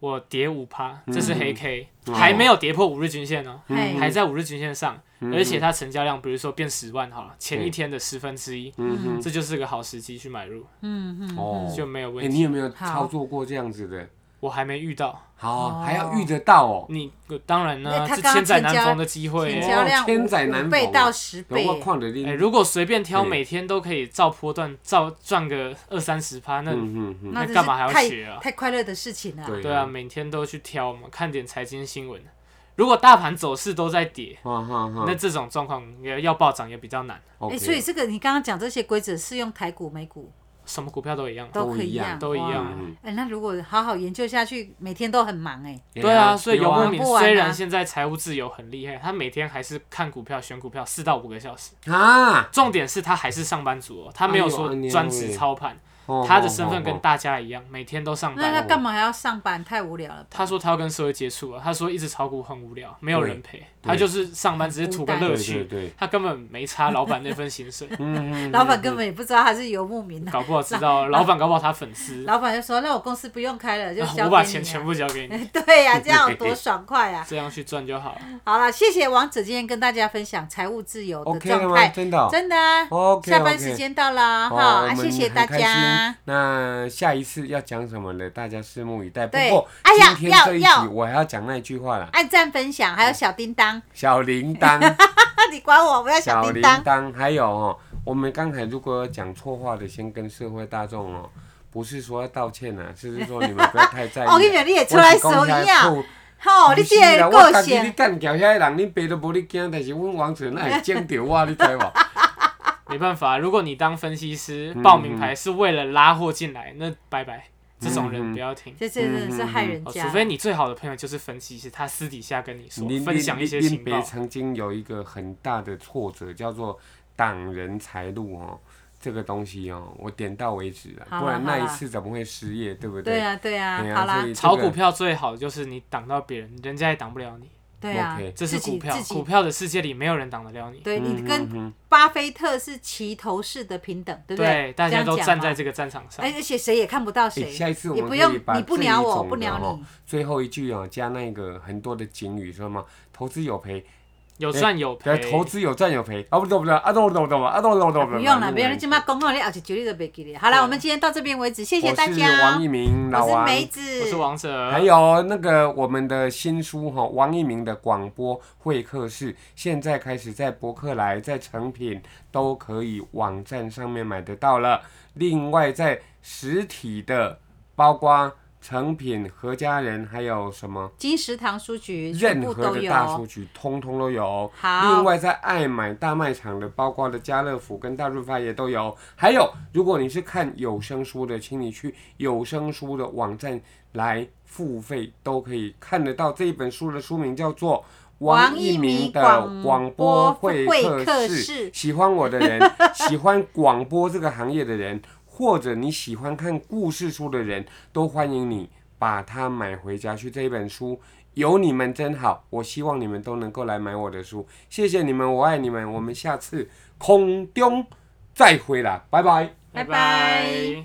S3: 我跌五趴，这是黑 K，
S1: 嗯
S3: 还没有跌破五日均线哦，
S2: 嘿，
S3: 还在五日均线上，
S1: 嗯
S3: 而且它成交量比如说变十万好了，前一天的十分之一，
S1: 嗯哼，
S3: 这就是个好时机去买入，
S2: 嗯嗯，
S1: 哦，
S3: 就没有
S1: 哎、
S3: 问
S1: 你
S3: 题。
S1: 有没有
S2: 好
S1: 操作过这样子的？
S3: 我还没遇到
S1: 好，啊
S2: 哦
S1: 还要遇得到哦。
S3: 你，呃当然呢
S2: 那，他
S3: 这
S2: 刚刚
S3: 千载
S2: 成
S3: 难
S2: 交
S3: 逢的机会
S2: 成
S3: 耶。
S2: 交量
S1: 哦千载难
S2: 五
S1: 逢
S2: 五
S1: 啊
S2: 倍到十倍，
S1: 我矿的
S3: 哎、
S1: 你，
S3: 如果随便挑，
S1: 嗯
S3: 每天都可以照波段照赚个二三十趴，那、
S1: 嗯嗯
S2: 那真是
S3: 干嘛还要
S2: 太
S3: 学啊
S2: 太快乐的事情了。哎
S1: 对
S3: 对啊，每天都去挑嘛，看点财经新闻。如果大盘走势都在跌，
S1: 嗯，哈哈哈
S3: 那。这种状况也要暴涨也比较难，
S2: 哎，
S1: OK，
S2: 所以这个你刚刚讲这些规则适用台股、美股
S3: 什么股票都一样。
S2: 都可以
S1: 一样
S3: 都一样
S2: 哇
S1: 嗯
S2: 哎，那如果好好研究下去，每天都很忙哎。
S3: 对啊，所以游牧
S1: 啊
S2: 民
S3: 民
S2: 不玩啊
S3: 虽然现在财务自由很厉害，他每天还是看股票、选股票四到五个小时。
S1: 啊，
S3: 重点是他还是上班族哦，他没有
S1: 哎呦
S3: 说
S1: 哎呦
S3: 专职操盘，
S1: 哦
S3: 他的身份
S1: 哦
S3: 跟
S1: 哦
S3: 大家一样，每天都上
S2: 那他
S3: 班。哦
S2: 干嘛还要上班？太无聊了吧。
S3: 他说他要跟社会接触啊，他说一直炒股很无聊，没有
S1: 对
S3: 人陪，他就是上班只是图个
S1: 哦
S3: 乐
S1: 对对
S3: 趣，
S1: 对，
S3: 他根本没差老板那份
S1: [LAUGHS]
S3: 薪水，
S1: 嗯
S2: 老板根本也不知道他是游牧民啊。
S3: 搞不好知道老板搞不好他粉
S2: [LAUGHS]
S3: 丝，
S2: 老板就说：“那我公司不用开了，就
S3: 嗯啊
S2: 交
S3: 我把
S2: 给
S3: 钱
S2: 你、
S3: 全
S2: 啊。
S3: 部交给你，”
S2: [LAUGHS] 对呀、这样有多爽快
S3: [LAUGHS]
S2: 啊！
S3: 这样去赚就好了。
S2: 好了，谢谢王子今天跟大家分享财务自由的
S1: OK 了
S2: 状
S1: 吗？
S2: 态，
S1: 真的哦
S2: 真的啊。
S1: ，OK，
S2: 下班时间到了
S1: 好
S2: 哈，啊，
S1: 我们
S2: 谢谢
S1: 很
S2: 大
S1: 开
S2: 家
S1: 心。那下一次要讲什么呢？大家拭目以待。不
S2: 对
S1: 过
S2: 哎呀
S1: 今天
S2: 要
S1: 这一
S2: 要
S1: 集我还要讲那一句话啦，
S2: 按赞、分享，还有小叮当，
S1: 小铃铛。
S2: 那你管我，我要 [LAUGHS]
S1: 小
S2: 小叮
S1: 铃
S2: 当。
S1: 铛，还有哦，我们刚才如果有讲错话的，先跟社会大众哦，不是说要道歉啊，就是说你们不要太在意啊。
S2: [LAUGHS] 哦，我跟你讲，你也出来手一样，吼，你
S1: 不
S2: 这
S1: 是啦
S2: 个
S1: 我
S2: 个
S1: 家己你
S2: 性，
S1: 干掉遐人，恁爸都无你惊，但是阮王子那会惊着我，你知无？
S3: 没办法，如果你当分析师
S1: 嗯
S3: 报名牌是为了拉货进来，那拜拜，这种
S1: 嗯
S3: 人不要听。
S2: 这真
S1: 啊
S2: 的是害人
S3: 哦，
S2: 家。
S3: 除非你最好的朋友就是分析师，他私底下跟你说，
S1: 林
S3: 分享一些
S1: 林
S3: 情
S1: 林北
S3: 报。
S1: 曾经有一个很大的挫折，叫做挡人财路哦，这个东西哦，我点到为止了，
S2: 好啦
S1: 不然那
S2: 好
S1: 一
S2: 啦
S1: 次怎么会失业，对不
S2: 对
S1: 对
S2: 啊，对啊
S1: 哎，呀
S2: 好啦
S1: 所以，这
S3: 炒
S1: 个
S3: 股票最好的就是你挡到别人，人家也挡不了你。
S2: 对啊
S1: OK，，
S3: 这是
S2: 自己
S3: 股票
S2: 自，己
S3: 股票的世界里没有人挡得了你。
S2: 对你
S1: 嗯
S2: 跟
S1: 嗯嗯
S2: 巴菲特是齐头式的平等，对不对？
S3: 大
S2: 这
S3: 家
S2: 样
S3: 都
S2: 讲
S3: 站
S2: 嘛
S3: 在这个战场上
S2: 哎。而且谁也看不到谁。
S1: 哎下一次我
S2: 你
S1: 们
S2: 不
S1: 可以
S2: 用，
S1: 把
S2: 你不
S1: 这一
S2: 鸟我，
S1: 种
S2: 不
S1: 的
S2: 鸟
S1: 哦
S2: 你。
S1: 最后一句哦，加那个很多的警语，说嘛，投资有赔，
S3: 有赚有赔
S1: 对，，哎投资有赚有赔，啊不对不对，啊懂懂懂啊懂懂懂
S2: 不用了，没有人今麦公告你，而且绝对都别给你。好了，
S3: 对
S2: 我们今天到这边为止，谢
S1: 谢
S2: 谢大
S1: 我是
S2: 家
S1: 王。一鸣，老
S2: 我是
S1: 王。
S2: 梅
S3: 我是
S2: 子，
S3: 王者。
S1: 还有那个我们的新书哈、王一鸣的广播会客室，现在开始在博客来、在成品都可以网站上面买得到了。另外，在实体的，包括成品、何家人，还有什么
S2: 金石堂书局全
S1: 任
S2: 部
S1: 何
S2: 都
S1: 的大数
S2: 有。哦
S1: 据通通都有。
S2: 好
S1: 另外，在爱买大卖场的，包括的家乐福跟大润发也都有。还有，如果你是看有声书的，请你去有声书的网站来付费，都可以看得到这一本书的书名叫做。
S2: 王一
S1: 一
S2: 鸣
S1: 鸣的
S2: 广
S1: 广播
S2: 播
S1: 会
S2: 会
S1: 客
S2: 客
S1: 室
S2: 室，
S1: 喜欢我的 [LAUGHS] 人，喜欢广播这个行业的人，或者你喜欢看故事书的人，都欢迎你把它买回家去。这一本书有你们真好，我希望你们都能够来买我的书，谢谢你们，我爱你们，我们下次空中再会啦，拜拜。
S2: 拜拜